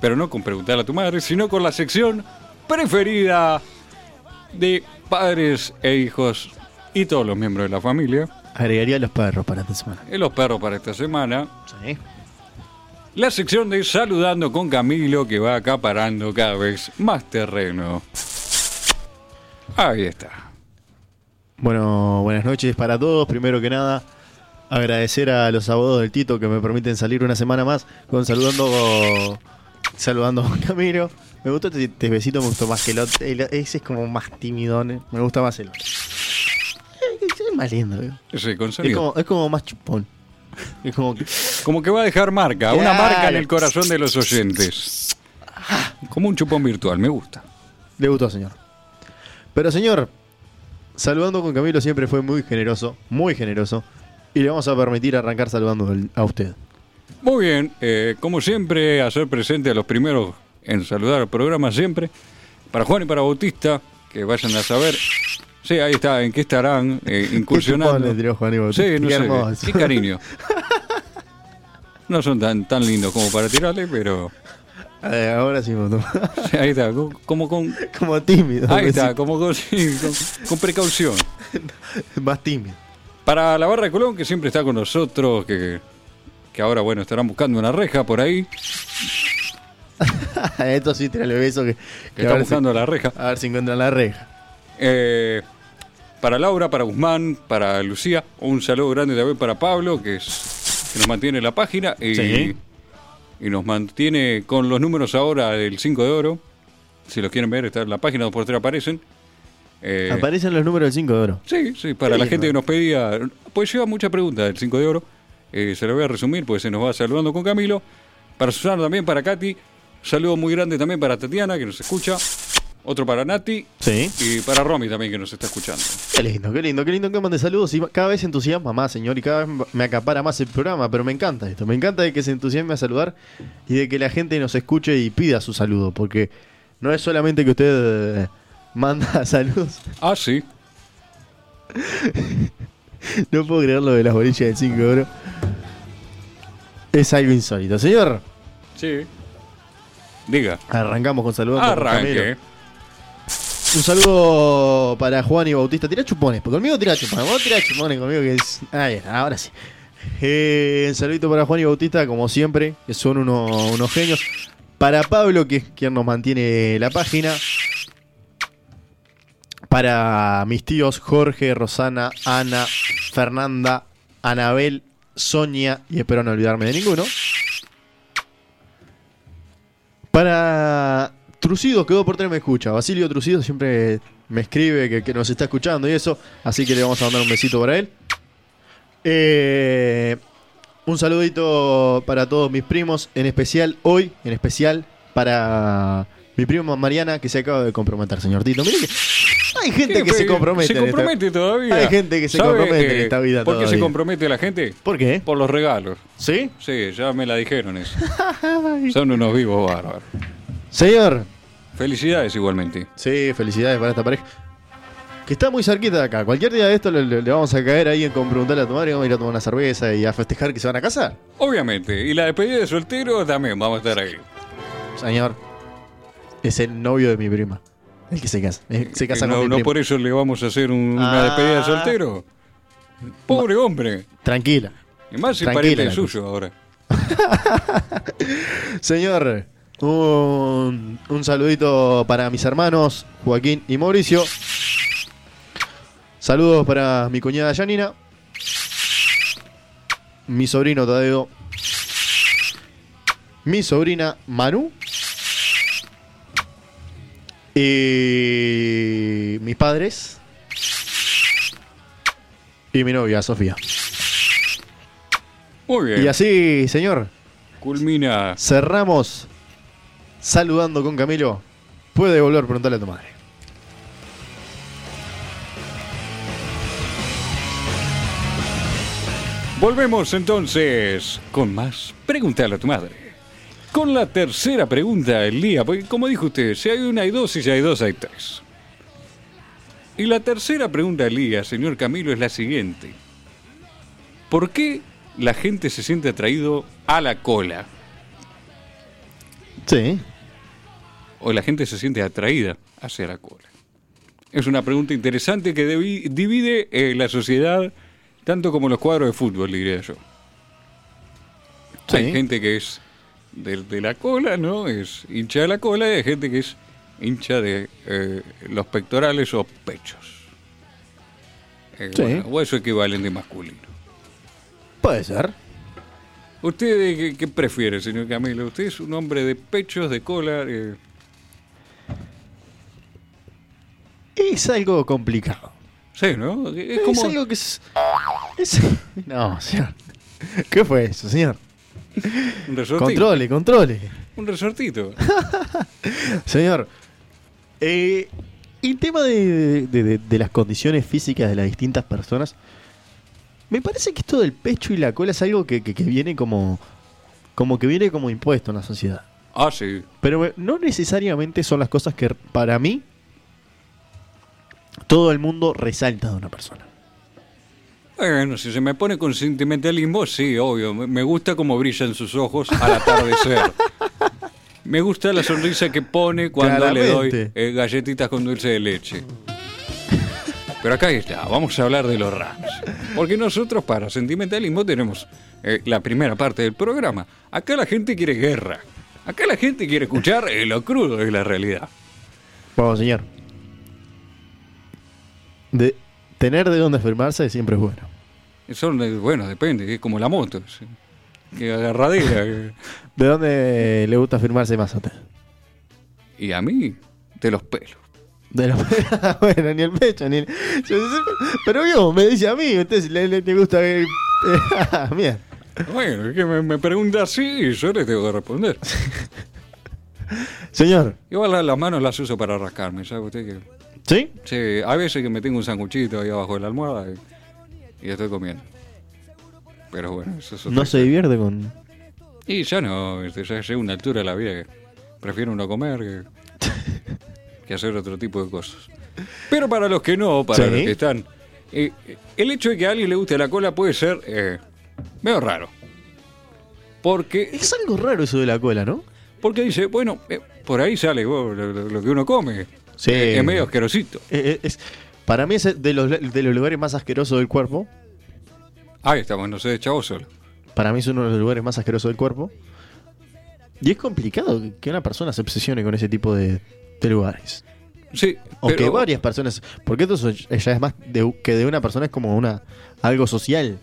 S1: Pero no con preguntar a tu madre, sino con la sección preferida de padres e hijos y todos los miembros de la familia.
S2: Agregaría los perros para esta semana.
S1: Y los perros para esta semana.
S2: Sí.
S1: La sección de Saludando con Camilo que va acaparando cada vez más terreno. Ahí está.
S2: Bueno, buenas noches para todos. Primero que nada, agradecer a los abogados del Tito que me permiten salir una semana más con saludando saludando a Camilo. Me gustó este, este besito, me gustó más que el otro. El- ese es como más timidón, eh. me gusta más el otro. Es, es más lindo, eh.
S1: Ese
S2: es,
S1: conseguido.
S2: como, es como más chupón. Es como que-
S1: Como que va a dejar marca, una
S2: Claro. Ah.
S1: marca en el corazón de los oyentes. Como un chupón virtual, me gusta.
S2: Le gustó, señor. Pero, señor, saludando con Camilo siempre fue muy generoso, muy generoso. Y le vamos a permitir arrancar saludando al- a usted.
S1: Muy bien, eh, como siempre, hacer presente a los primeros en saludar al programa siempre. Para Juan y para Bautista, que vayan a saber. Sí, ahí está, en qué estarán eh,
S2: chupón
S1: incursionando.
S2: le tiró Juan y Bautista,
S1: Sí, no
S2: qué
S1: sé,
S2: hermoso.
S1: qué cariño. No son tan, tan lindos como para tirarle, pero
S2: Eh, ahora sí, Moto.
S1: sí, ahí está, co- como con...
S2: Como tímido.
S1: Ahí está,
S2: sí,
S1: como con, sí, con- con precaución.
S2: Más tímido.
S1: Para la barra de Colón, que siempre está con nosotros, que, que ahora, bueno, estarán buscando una reja por ahí,
S2: Esto sí, tirale beso que, que
S1: que
S2: a,
S1: está
S2: ver si,
S1: buscando la reja.
S2: a ver si encuentran la reja.
S1: Eh, para Laura, para Guzmán, para Lucía, un saludo grande también para Pablo, que, es, que nos mantiene la página y,
S2: Sí.
S1: y nos mantiene con los números ahora del 5 de oro. Si los quieren ver, está en la página, dos por tres aparecen. Eh,
S2: Aparecen los números del 5 de oro.
S1: sí, sí, para la
S2: lindo.
S1: gente que nos pedía, pues lleva mucha pregunta del 5 de oro. Eh, se lo voy a resumir, pues se nos va saludando con Camilo. Para Susana también, para Katy. Saludo muy grande también para Tatiana, que nos escucha. Otro para Nati.
S2: Sí.
S1: Y para Romy también, que nos está escuchando.
S2: Qué lindo, qué lindo, qué lindo que mande saludos. Y cada vez se entusiasma más, señor, y cada vez me acapara más el programa. Pero me encanta esto. Me encanta de que se entusiasme a saludar y de que la gente nos escuche y pida su saludo. Porque no es solamente que usted eh, manda saludos.
S1: Ah, sí.
S2: No puedo creer lo de las bolillas del 5 de oro. Es algo insólito. Señor,
S1: Sí. Diga.
S2: Arrancamos con saludos.
S1: Arranque.
S2: Un saludo para Juan y Bautista. Tira chupones, porque conmigo tira chupones. Vos tirá chupones conmigo que es. Ah, bien, ahora sí. Eh, un saludito para Juan y Bautista, como siempre, que son uno- unos genios. Para Pablo, que es quien nos mantiene la página. Para mis tíos Jorge, Rosana, Ana, Fernanda, Anabel, Sonia y espero no olvidarme de ninguno. Para Trucido, quedó por tres me escucha. Basilio Trucido siempre me escribe que, que nos está escuchando y eso. Así que le vamos a mandar un besito para él. Eh, un saludito para todos mis primos, en especial hoy, en especial para mi prima Mariana que se acaba de comprometer, señor Tito. Mire que hay gente
S1: ¿Qué,
S2: que se
S1: fe-
S2: compromete.
S1: Se
S2: en esta-
S1: compromete todavía.
S2: Hay gente que se
S1: ¿Sabe,
S2: compromete en
S1: eh,
S2: esta vida
S1: ¿Por qué se
S2: todavía?
S1: compromete la gente?
S2: ¿Por qué?
S1: Por los regalos.
S2: ¿Sí?
S1: Sí, ya me la dijeron eso. Son unos vivos bárbaros.
S2: Señor,
S1: Felicidades igualmente.
S2: Sí, felicidades para esta pareja. Que está muy cerquita de acá. Cualquier día de esto le, le- le vamos a caer ahí en con preguntarle a tu madre, vamos a ir a tomar una cerveza y a festejar que se van a casa.
S1: Obviamente. Y la despedida de soltero también vamos a estar ahí.
S2: Señor, es el novio de mi prima. El que se casa. Eh, Se casa
S1: Y no,
S2: con mi
S1: no
S2: prima.
S1: por eso le vamos a hacer un- una
S2: Ah.
S1: despedida de soltero. Pobre hombre.
S2: Tranquila.
S1: Y más si
S2: Tranquila
S1: parece
S2: la cosa.
S1: suyo ahora.
S2: Señor, un, un saludito para mis hermanos Joaquín y Mauricio. Saludos para mi cuñada Janina. Mi sobrino Tadeo. Mi sobrina Manu. Y mis padres. Y mi novia, Sofía.
S1: Muy bien.
S2: Y así, señor,
S1: Culmina.
S2: cerramos saludando con Camilo. Puede volver a preguntarle a tu madre.
S1: Volvemos entonces con más. Pregúntale a tu madre. Con la tercera pregunta del día, porque como dijo usted, si hay una hay dos y si hay dos hay tres. Y la tercera pregunta del día, señor Camilo, es la siguiente. ¿Por qué la gente se siente atraído a la cola?
S2: Sí.
S1: ¿O la gente se siente atraída hacia la cola? Es una pregunta interesante que debi- divide eh, la sociedad tanto como los cuadros de fútbol, diría yo.
S2: Sí.
S1: Hay gente que es del- de, la cola, ¿no? Es hincha de la cola y hay gente que es hincha de eh, los pectorales o pechos. Eh,
S2: Sí.
S1: bueno, o eso equivalente masculino.
S2: Puede ser.
S1: ¿Usted de qué, qué prefiere, señor Camilo? ¿Usted es un hombre de pechos, de cola? eh?
S2: Es algo complicado.
S1: sí, ¿no? Es
S2: Es,
S1: como...
S2: algo que es, es- No, señor. ¿Qué fue eso, señor?
S1: Un resortito.
S2: Controle, controle.
S1: Un resortito.
S2: Señor. eh, el tema de, de- de- de las condiciones físicas de las distintas personas. Me parece que esto del pecho y la cola es algo que, que- que viene como. como que viene como impuesto en la sociedad.
S1: Ah, sí.
S2: Pero me- no necesariamente son las cosas que para mí. Todo el mundo resalta de una persona.
S1: Bueno, si se me pone con sentimentalismo, sí, obvio. Me- Me gusta cómo brillan sus ojos al atardecer. Me gusta la sonrisa que pone cuando le doy
S2: Claramente.
S1: eh, galletitas con dulce de leche. Pero acá está, vamos a hablar de los Rams. Porque nosotros para sentimentalismo tenemos eh, la primera parte del programa. Acá la gente quiere guerra. Acá la gente quiere escuchar eh, lo crudo de la realidad.
S2: Vamos, señor. De tener de dónde afirmarse siempre es bueno.
S1: Son, eh, bueno, depende, es como la moto. es, eh, Que agarradera. eh.
S2: ¿De dónde le gusta afirmarse más a usted?
S1: Y a mí, de los pelos.
S2: De la bueno, ni el pecho, ni el... Yo sé- Pero yo, me dice a mí, usted si le, le- le gusta ver... Bien.
S1: Bueno, es que me, me pregunta así y yo le tengo que responder.
S2: Señor,
S1: Igual la- las manos las uso para rascarme, ¿sabe usted? Que,
S2: ¿sí?
S1: sí, a veces que me tengo un sanguchito ahí abajo de la almohada y, y estoy comiendo. Pero bueno, eso es
S2: No
S1: otra-
S2: se divierte con...
S1: Y ya no, este, ya llega una altura de la vida que prefiero no comer que, que hacer otro tipo de cosas. Pero para los que no, para
S2: Sí.
S1: los que están, eh, eh, el hecho de que a alguien le guste la cola puede ser eh, medio raro. Porque
S2: Es algo raro eso de la cola, ¿no?
S1: Porque dice, bueno, eh, por ahí sale vos, lo, lo- lo que uno come.
S2: Sí.
S1: Eh, es medio asquerosito.
S2: Eh, eh, es- para mí es de los, de los lugares más asquerosos del cuerpo.
S1: Ahí estamos, no sé, chavo solo.
S2: Para mí es uno de los lugares más asquerosos del cuerpo. Y es complicado que- que una persona se obsesione con ese tipo de, de lugares.
S1: Sí,
S2: O que
S1: pero,
S2: varias personas. Porque esto es- ya es más de- que de una persona, es como una algo social.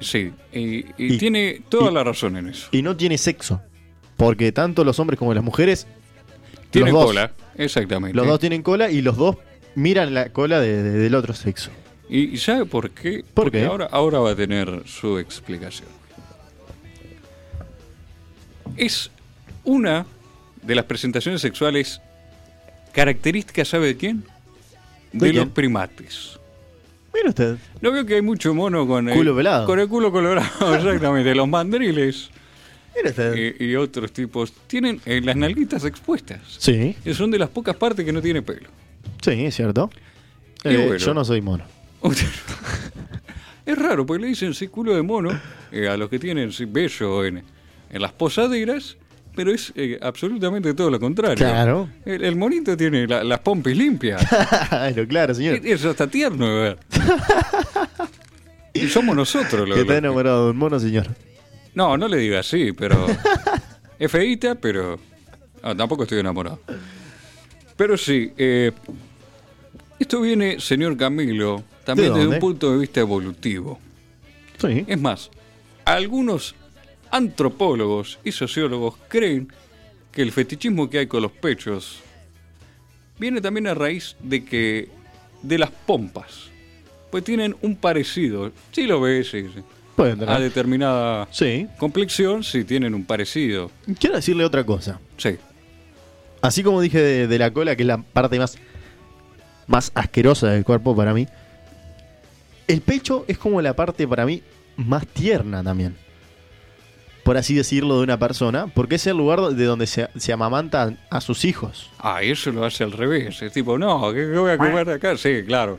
S1: sí, y, y
S2: Y-
S1: tiene toda
S2: y-
S1: la razón en eso.
S2: Y no tiene sexo. Porque tanto los hombres como las mujeres,
S1: Tiene
S2: dos.
S1: cola, exactamente.
S2: los dos tienen cola y los dos miran la cola de- de- del otro sexo.
S1: ¿Y y sabe por qué? Porque
S2: qué?
S1: Ahora, ahora va a tener su explicación. Es una de las presentaciones sexuales características, ¿sabe de quién?
S2: ¿De
S1: de los
S2: quién?
S1: primates.
S2: Mira usted.
S1: No veo que hay mucho mono con el
S2: Culo pelado.
S1: Con el culo colorado, exactamente. los mandriles
S2: Mira usted.
S1: y, y otros tipos tienen eh, las nalguitas expuestas.
S2: sí,
S1: Y son de las pocas partes que no tiene pelo.
S2: sí, es cierto.
S1: Y
S2: Eh,
S1: bueno.
S2: Yo no soy mono.
S1: es raro, porque le dicen sí culo de mono eh, a los que tienen sí bello en, en las posaderas, pero es eh, absolutamente todo lo contrario.
S2: Claro.
S1: El, el monito tiene la- las pompis limpias.
S2: Claro, claro, señor.
S1: Es hasta tierno de ver. Y somos nosotros los
S2: Que está
S1: los-
S2: enamorado de un mono, señor.
S1: No, no le diga así, pero. es feíta, pero. ah, tampoco estoy enamorado. Pero sí, eh, esto viene, señor Camilo, también desde un
S2: dónde?
S1: punto de vista evolutivo.
S2: Sí.
S1: Es más, algunos antropólogos y sociólogos creen que el fetichismo que hay con los pechos viene también a raíz de que. de las pompas. Pues tienen un parecido. Si lo ves, sí, sí.
S2: Puede entrar.
S1: a determinada
S2: Sí.
S1: complexión, sí tienen un parecido.
S2: Quiero decirle otra cosa.
S1: Sí.
S2: Así como dije de, de la cola, que es la parte más, más asquerosa del cuerpo para mí, el pecho es como la parte para mí más tierna también. Por así decirlo de una persona, porque es el lugar de donde se, se amamantan a sus hijos.
S1: Ah, eso lo hace al revés. Es tipo, no, ¿qué, qué voy a comer acá? Sí, claro.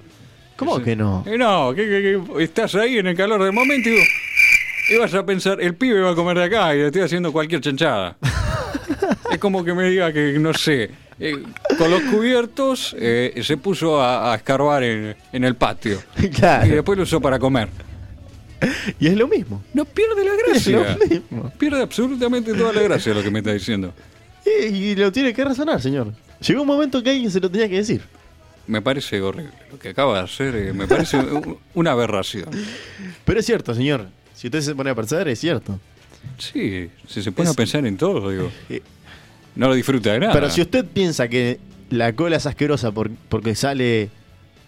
S2: ¿Cómo
S1: Sí.
S2: que no?
S1: Eh, no, ¿qué, qué- qué? estás ahí en el calor del momento y, vos- y vas a pensar, el pibe va a comer de acá y le estoy haciendo cualquier chanchada. es como que me diga que, no sé, eh, con los cubiertos eh, se puso a, a escarbar en, en el patio y
S2: claro.
S1: después lo usó para comer.
S2: Y es lo mismo.
S1: No pierde la
S2: Es lo
S1: gracia.
S2: mismo.
S1: Pierde absolutamente toda la gracia lo que me está diciendo.
S2: Y, y lo tiene que razonar, señor. Llegó un momento que alguien se lo tenía que decir.
S1: Me parece horrible. Lo que acaba de hacer eh, me parece u- una aberración.
S2: Pero es cierto, señor. Si usted se pone a pensar, es cierto.
S1: Sí, si se pone
S2: Es-
S1: a pensar en todo, digo.
S2: Eh,
S1: No lo disfruta de nada.
S2: Pero si usted piensa que la cola es asquerosa por- porque sale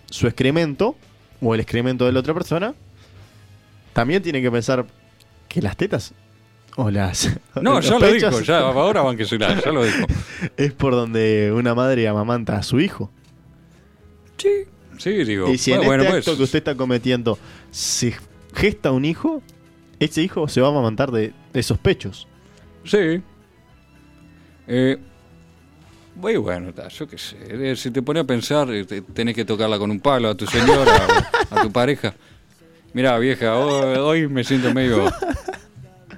S2: su excremento o el excremento de la otra persona, también tiene que pensar que las tetas o las.
S1: No,
S2: los
S1: ya lo
S2: pechos
S1: dijo, ya, ahora van que se la, ya lo dijo.
S2: Es por donde una madre amamanta a su hijo.
S1: Sí, sí, digo.
S2: Y si en
S1: Oh, bueno, pues. bueno,
S2: este acto que usted está cometiendo se gesta un hijo, ese hijo se va a amamantar de esos pechos.
S1: Sí. Eh, muy bueno, está, yo qué sé. eh, Si te pones a pensar, eh, te- tenés que tocarla con un palo a tu señora, o a tu pareja. Mirá, vieja, hoy, hoy me siento medio...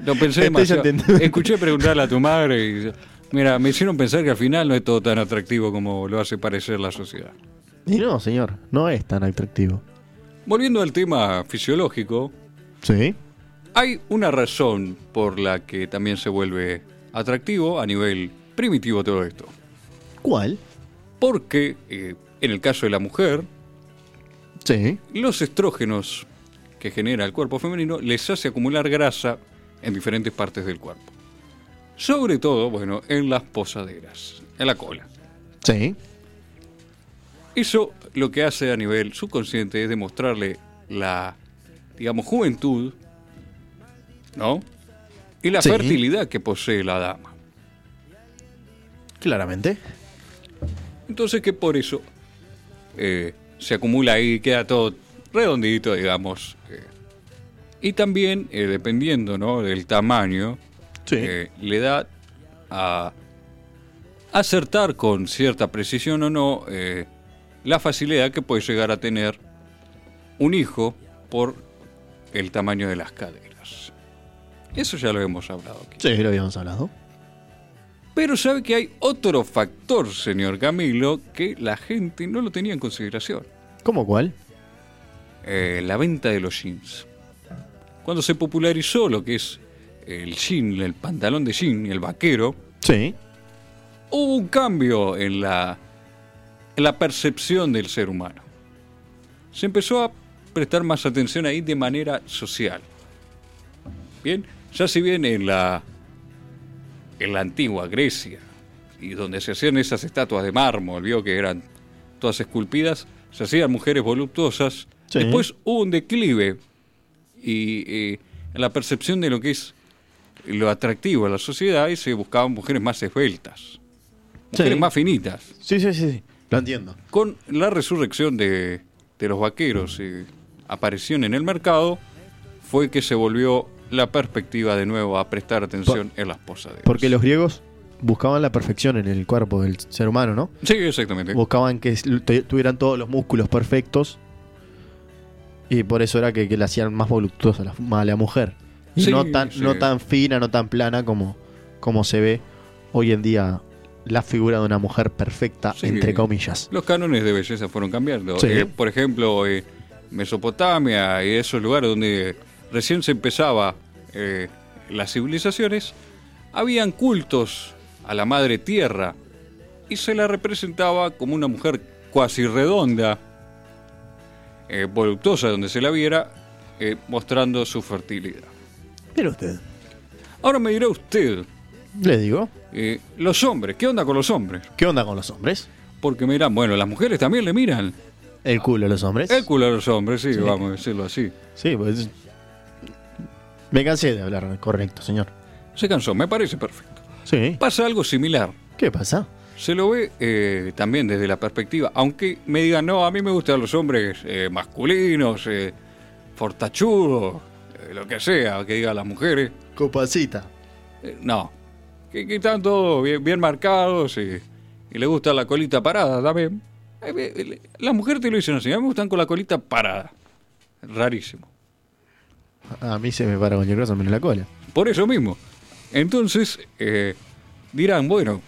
S1: Lo pensé
S2: Estoy
S1: demasiado.
S2: entendiendo.
S1: Escuché preguntarle a tu madre y... Mira, me hicieron pensar que al final no es todo tan atractivo como lo hace parecer la sociedad.
S2: Y no, señor, no es tan atractivo.
S1: Volviendo al tema fisiológico,
S2: ¿Sí?
S1: Hay una razón por la que también se vuelve atractivo a nivel primitivo todo esto.
S2: ¿Cuál?
S1: Porque eh, en el caso de la mujer,
S2: Sí.
S1: los estrógenos que genera el cuerpo femenino les hace acumular grasa en diferentes partes del cuerpo. Sobre todo, bueno, en las posaderas, en la cola.
S2: Sí.
S1: Eso lo que hace a nivel subconsciente es demostrarle la, digamos, juventud, ¿no? Y la
S2: Sí.
S1: fertilidad que posee la dama.
S2: Claramente.
S1: Entonces que por eso eh, se acumula ahí, queda todo redondito, digamos. eh. Y también, eh, dependiendo ¿no? del tamaño,
S2: Sí.
S1: eh, le da a acertar con cierta precisión o no eh, la facilidad que puede llegar a tener un hijo por el tamaño de las caderas. Eso ya lo hemos hablado aquí.
S2: Sí, lo habíamos hablado.
S1: Pero sabe que hay otro factor, señor Camilo, que la gente no lo tenía en consideración.
S2: ¿Cómo cuál?
S1: Eh, la venta de los jeans. Cuando se popularizó lo que es el jean, el pantalón de jean, el vaquero,
S2: Sí.
S1: hubo un cambio en la, en la percepción del ser humano. Se empezó a prestar más atención ahí de manera social. Bien, ya si bien en la, en la antigua Grecia, y donde se hacían esas estatuas de mármol, vio que eran todas esculpidas, se hacían mujeres voluptuosas,
S2: Sí.
S1: después hubo un declive y eh, en la percepción de lo que es lo atractivo a la sociedad y se buscaban mujeres más esbeltas, mujeres
S2: Sí.
S1: más finitas.
S2: Sí, sí, sí, sí. Lo entiendo.
S1: Con la resurrección de, de los vaqueros y aparición en el mercado, fue que se volvió la perspectiva de nuevo a prestar atención en las posaderas.
S2: Porque los griegos buscaban la perfección en el cuerpo del ser humano, ¿no?
S1: Sí, exactamente.
S2: Buscaban que s- te- tuvieran todos los músculos perfectos. Y por eso era que, que la hacían más voluptuosa la, a la mujer. Y
S1: Sí,
S2: no, tan,
S1: sí.
S2: no tan fina, no tan plana como, como se ve hoy en día la figura de una mujer perfecta,
S1: Sí.
S2: entre comillas.
S1: Los cánones de belleza fueron cambiando.
S2: Sí.
S1: Eh, por ejemplo, eh, Mesopotamia y esos lugares donde recién se empezaba eh, las civilizaciones, habían cultos a la madre tierra y se la representaba como una mujer cuasi redonda, eh, voluptuosa donde se la viera, eh, mostrando su fertilidad.
S2: Mire usted.
S1: Ahora me dirá usted,
S2: Le digo,
S1: eh, los hombres, ¿qué onda con los hombres?
S2: ¿qué onda con los hombres?
S1: porque miran, bueno, las mujeres también le miran
S2: El culo a los hombres.
S1: el culo a los hombres, sí,
S2: Sí.
S1: vamos a decirlo así.
S2: Sí, pues. Me cansé de hablar correcto, señor.
S1: Se cansó, me parece perfecto.
S2: Sí.
S1: Pasa algo similar.
S2: ¿Qué pasa?
S1: Se lo ve eh, también desde la perspectiva, aunque me digan, no, a mí me gustan los hombres eh, masculinos, eh, fortachudos, eh, lo que sea, que digan las mujeres.
S2: Copacita.
S1: Eh, no, que, que están todos bien, bien marcados y, y le gusta la colita parada también. Eh, eh, le- Las mujeres te lo dicen así, a mí me gustan con la colita parada. Rarísimo.
S2: A mí se me para cualquier cosa menos la cola.
S1: Por eso mismo. Entonces, eh, dirán, bueno,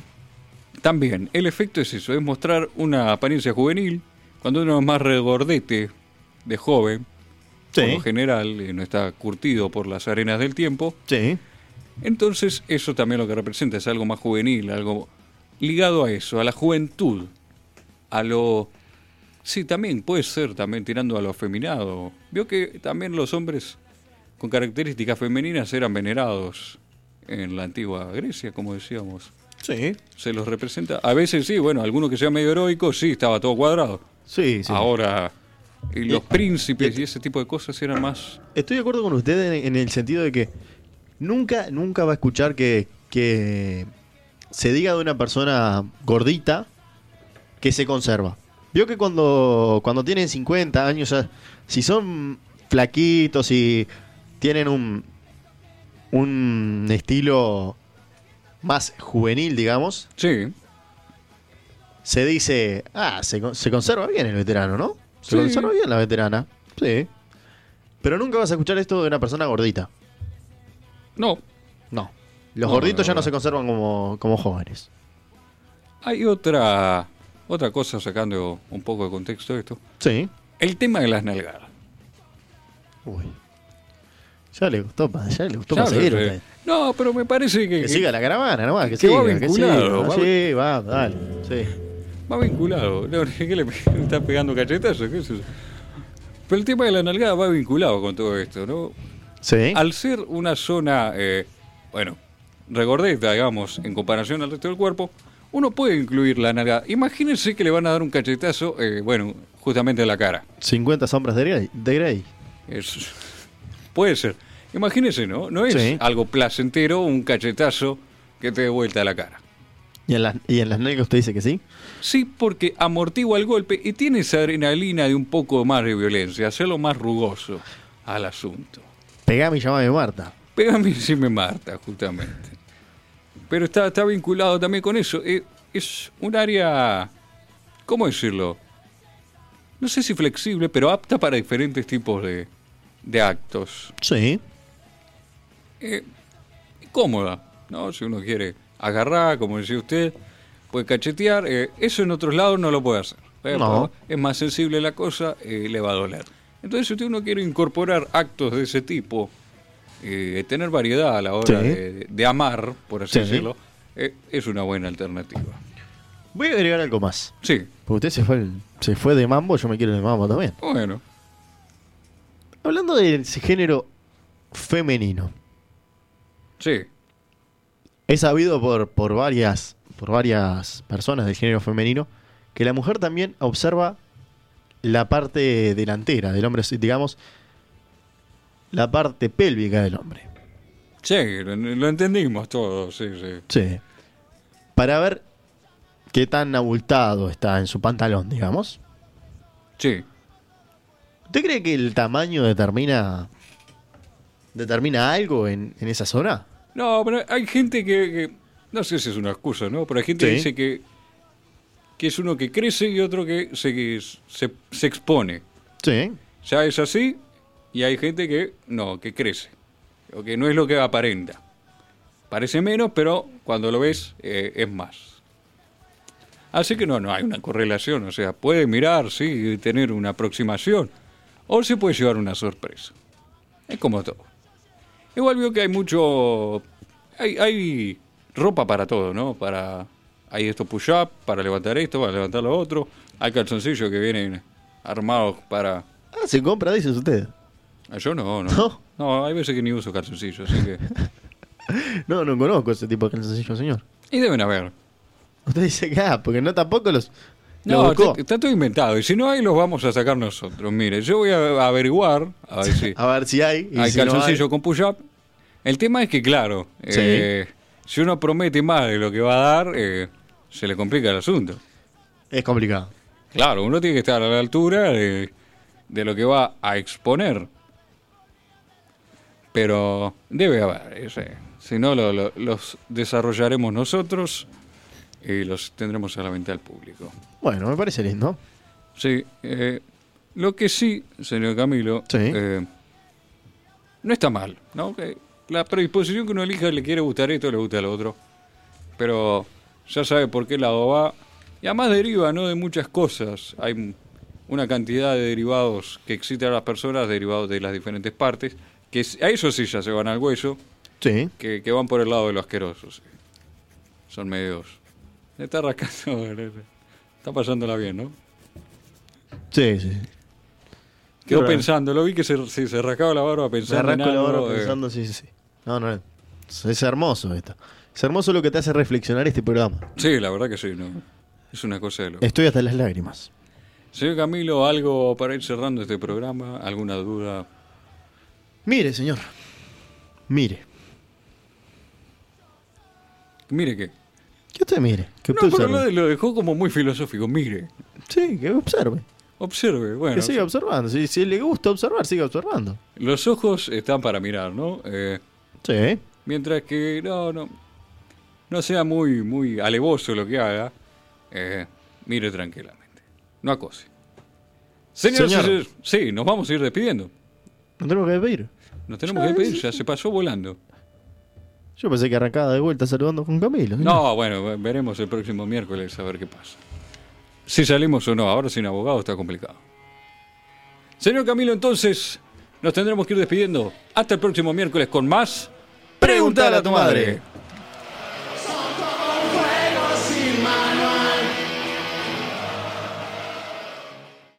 S1: también, el efecto es eso, es mostrar una apariencia juvenil, cuando uno es más regordete de joven, por lo general, eh, no está curtido por las arenas del tiempo,
S2: Sí.
S1: entonces eso también lo que representa es algo más juvenil, algo ligado a eso, a la juventud, a lo... Sí, también puede ser, también tirando a lo afeminado. Vio que también los hombres con características femeninas eran venerados en la antigua Grecia, como decíamos.
S2: Sí.
S1: Se los representa. A veces sí, bueno, alguno que sea medio heroico, sí, estaba todo cuadrado.
S2: Sí,
S1: Ah,
S2: sí.
S1: Ahora, y los
S2: Y-
S1: príncipes y ese tipo de cosas eran más...
S2: Estoy de acuerdo con usted en, en el sentido de que nunca, nunca va a escuchar que, que se diga de una persona gordita que se conserva. Vio que cuando, cuando tienen 50 años, ya, si son flaquitos y tienen un, un estilo más juvenil, digamos,
S1: Sí,
S2: se dice, ah, se, con- se conserva bien el veterano, ¿no? Se
S1: Sí.
S2: conserva bien la veterana, sí. Pero nunca vas a escuchar esto de una persona gordita.
S1: no,
S2: No. Los
S1: No,
S2: gorditos
S1: no,
S2: ya no
S1: no.
S2: se conservan como, como jóvenes.
S1: Hay otra, otra cosa sacando un poco de contexto esto.
S2: Sí.
S1: El tema de las nalgadas.
S2: Uy. Ya le gustó, pa- ya le gustó
S1: Ya
S2: para
S1: lo
S2: seguir.
S1: sé.
S2: usted.
S1: No, pero me parece que,
S2: Que siga la caravana nomás, que,
S1: que
S2: siga.
S1: va
S2: que
S1: vinculado,
S2: siga. Sí, va, dale. Sí.
S1: va vinculado. No, ¿Qué le pe- está pegando cachetazos? ¿Qué es eso? Pero el tema de la nalgada va vinculado con todo esto, ¿no?
S2: Sí.
S1: Al ser una zona, eh, bueno, regordeta, digamos, en comparación al resto del cuerpo, uno puede incluir la nalgada. Imagínense que le van a dar un cachetazo, eh, bueno, justamente en la cara.
S2: 50 sombras de Grey. De Grey.
S1: Es- puede ser. Imagínese, ¿no? No es
S2: Sí.
S1: algo placentero, un cachetazo que te dé vuelta la cara.
S2: ¿Y en las, y en las negras usted dice que sí?
S1: Sí, porque amortigua el golpe y tiene esa adrenalina de un poco más de violencia, hacerlo más rugoso al asunto.
S2: Pegame y llamame Marta.
S1: Pégame y me Marta, justamente. Pero está, está vinculado también con eso. Eh, Es un área, ¿cómo decirlo? No sé si flexible, pero apta para diferentes tipos de, de actos.
S2: Sí.
S1: eh, cómoda, ¿no? Si uno quiere agarrar, como decía usted, puede cachetear. eh, eso en otros lados no lo puede hacer. ¿eh?
S2: No.
S1: Es más sensible la cosa, eh, le va a doler. Entonces, si usted uno quiere incorporar actos de ese tipo, eh, tener variedad a la hora
S2: Sí.
S1: de, de amar, por así
S2: Sí.
S1: decirlo, eh, es una buena alternativa.
S2: Voy a agregar algo más.
S1: Sí,
S2: Porque usted se fue, el- se fue de mambo, yo me quiero de mambo también.
S1: bueno,
S2: Hablando del género femenino,
S1: sí,
S2: he sabido por, por, varias, por varias personas del género femenino que la mujer también observa la parte delantera del hombre, sí, digamos, la parte pélvica del hombre.
S1: sí, lo, lo entendimos todo, sí, sí.
S2: Sí. Para ver qué tan abultado está en su pantalón, digamos.
S1: Sí,
S2: ¿Usted cree que el tamaño determina determina algo en, en esa zona?
S1: No, pero hay gente que, que- no sé si es una excusa, ¿no? Pero hay gente que
S2: Sí.
S1: dice que que es uno que crece y otro que se, que se, se expone.
S2: Sí.
S1: Ya es así y hay gente que no, que crece. O que no es lo que aparenta. Parece menos, pero cuando lo ves eh, es más. Así que no, no hay una correlación. O sea, puede mirar, sí, y tener una aproximación. O se puede llevar una sorpresa. Es como todo. Igual veo que hay mucho... Hay, hay ropa para todo, ¿no? Para... Hay esto push-up, para levantar esto, para levantar lo otro. Hay calzoncillos que vienen armados para...
S2: Ah, se compra, dicen ustedes.
S1: Ah, Yo no, no.
S2: ¿No?
S1: No, hay veces que ni uso calzoncillos, así que...
S2: No, no conozco ese tipo de calzoncillos, señor.
S1: Y deben haber.
S2: Usted dice que, ah, porque no tampoco los. Lo
S1: No,
S2: buscó.
S1: está, está todo inventado. Y si no hay, los vamos a sacar nosotros. Mire, yo voy a averiguar, a ver si
S2: A ver si hay. Ah, y
S1: hay
S2: si no
S1: calzoncillo con push-up. El tema es que, claro,
S2: Sí.
S1: eh, si uno promete más de lo que va a dar, eh, se le complica el asunto.
S2: hay, es complicado.
S1: Claro, uno tiene que estar a la altura de, de lo que va a exponer. Pero debe haber, ese. si no, lo- lo- los desarrollaremos nosotros y los tendremos a la venta al público.
S2: Bueno, me parece lindo.
S1: Sí, eh, lo que sí, señor Camilo,
S2: Sí.
S1: eh, no está mal, ¿no? Que la predisposición que uno elija le quiere gustar esto, le gusta el otro. Pero ya sabe por qué lado va. Y además deriva, ¿no? De muchas cosas. Hay m- una cantidad de derivados que excitan a las personas, derivados de las diferentes partes, que s- a eso sí ya se van al hueso,
S2: Sí.
S1: que, que van por el lado de los asquerosos. Son medios. Le Está rascando, está pasándola bien, ¿no?
S2: Sí, sí.
S1: Quedó
S2: Claro.
S1: pensando, lo vi que se, se, se rascaba la barba
S2: Me
S1: pensando. en
S2: arranco la
S1: algo,
S2: barba
S1: eh.
S2: pensando, sí, sí, sí. No, no, no. Es hermoso esto. Es hermoso lo que te hace reflexionar este programa.
S1: Sí, la verdad que sí, ¿no? Es una cosa de loco.
S2: Estoy hasta las lágrimas.
S1: Señor Camilo, algo para ir cerrando este programa, alguna duda.
S2: Mire, señor. Mire.
S1: Mire que.
S2: Que usted mire. Que
S1: No,
S2: usted
S1: pero
S2: observe.
S1: lo, lo dejó como muy filosófico. Mire,
S2: Sí, que observe.
S1: observe. Bueno,
S2: que siga observando. Si, si le gusta observar, siga observando.
S1: los ojos están para mirar, ¿no? Eh,
S2: Sí.
S1: mientras que no, no, no sea muy, muy alevoso lo que haga, eh, mire tranquilamente. No acose. Señoras y
S2: Señor.
S1: señores, sí, nos vamos a ir despidiendo.
S2: No tenemos que despedir.
S1: Nos tenemos que despedir, ya se pasó volando.
S2: Yo pensé que arrancaba de vuelta saludando con Camilo.
S1: No, bueno, ve- veremos el próximo miércoles a ver qué pasa. Si salimos o no, ahora sin abogado está complicado. Señor Camilo, entonces nos tendremos que ir despidiendo. Hasta el próximo miércoles con más.
S2: Preguntale a tu madre.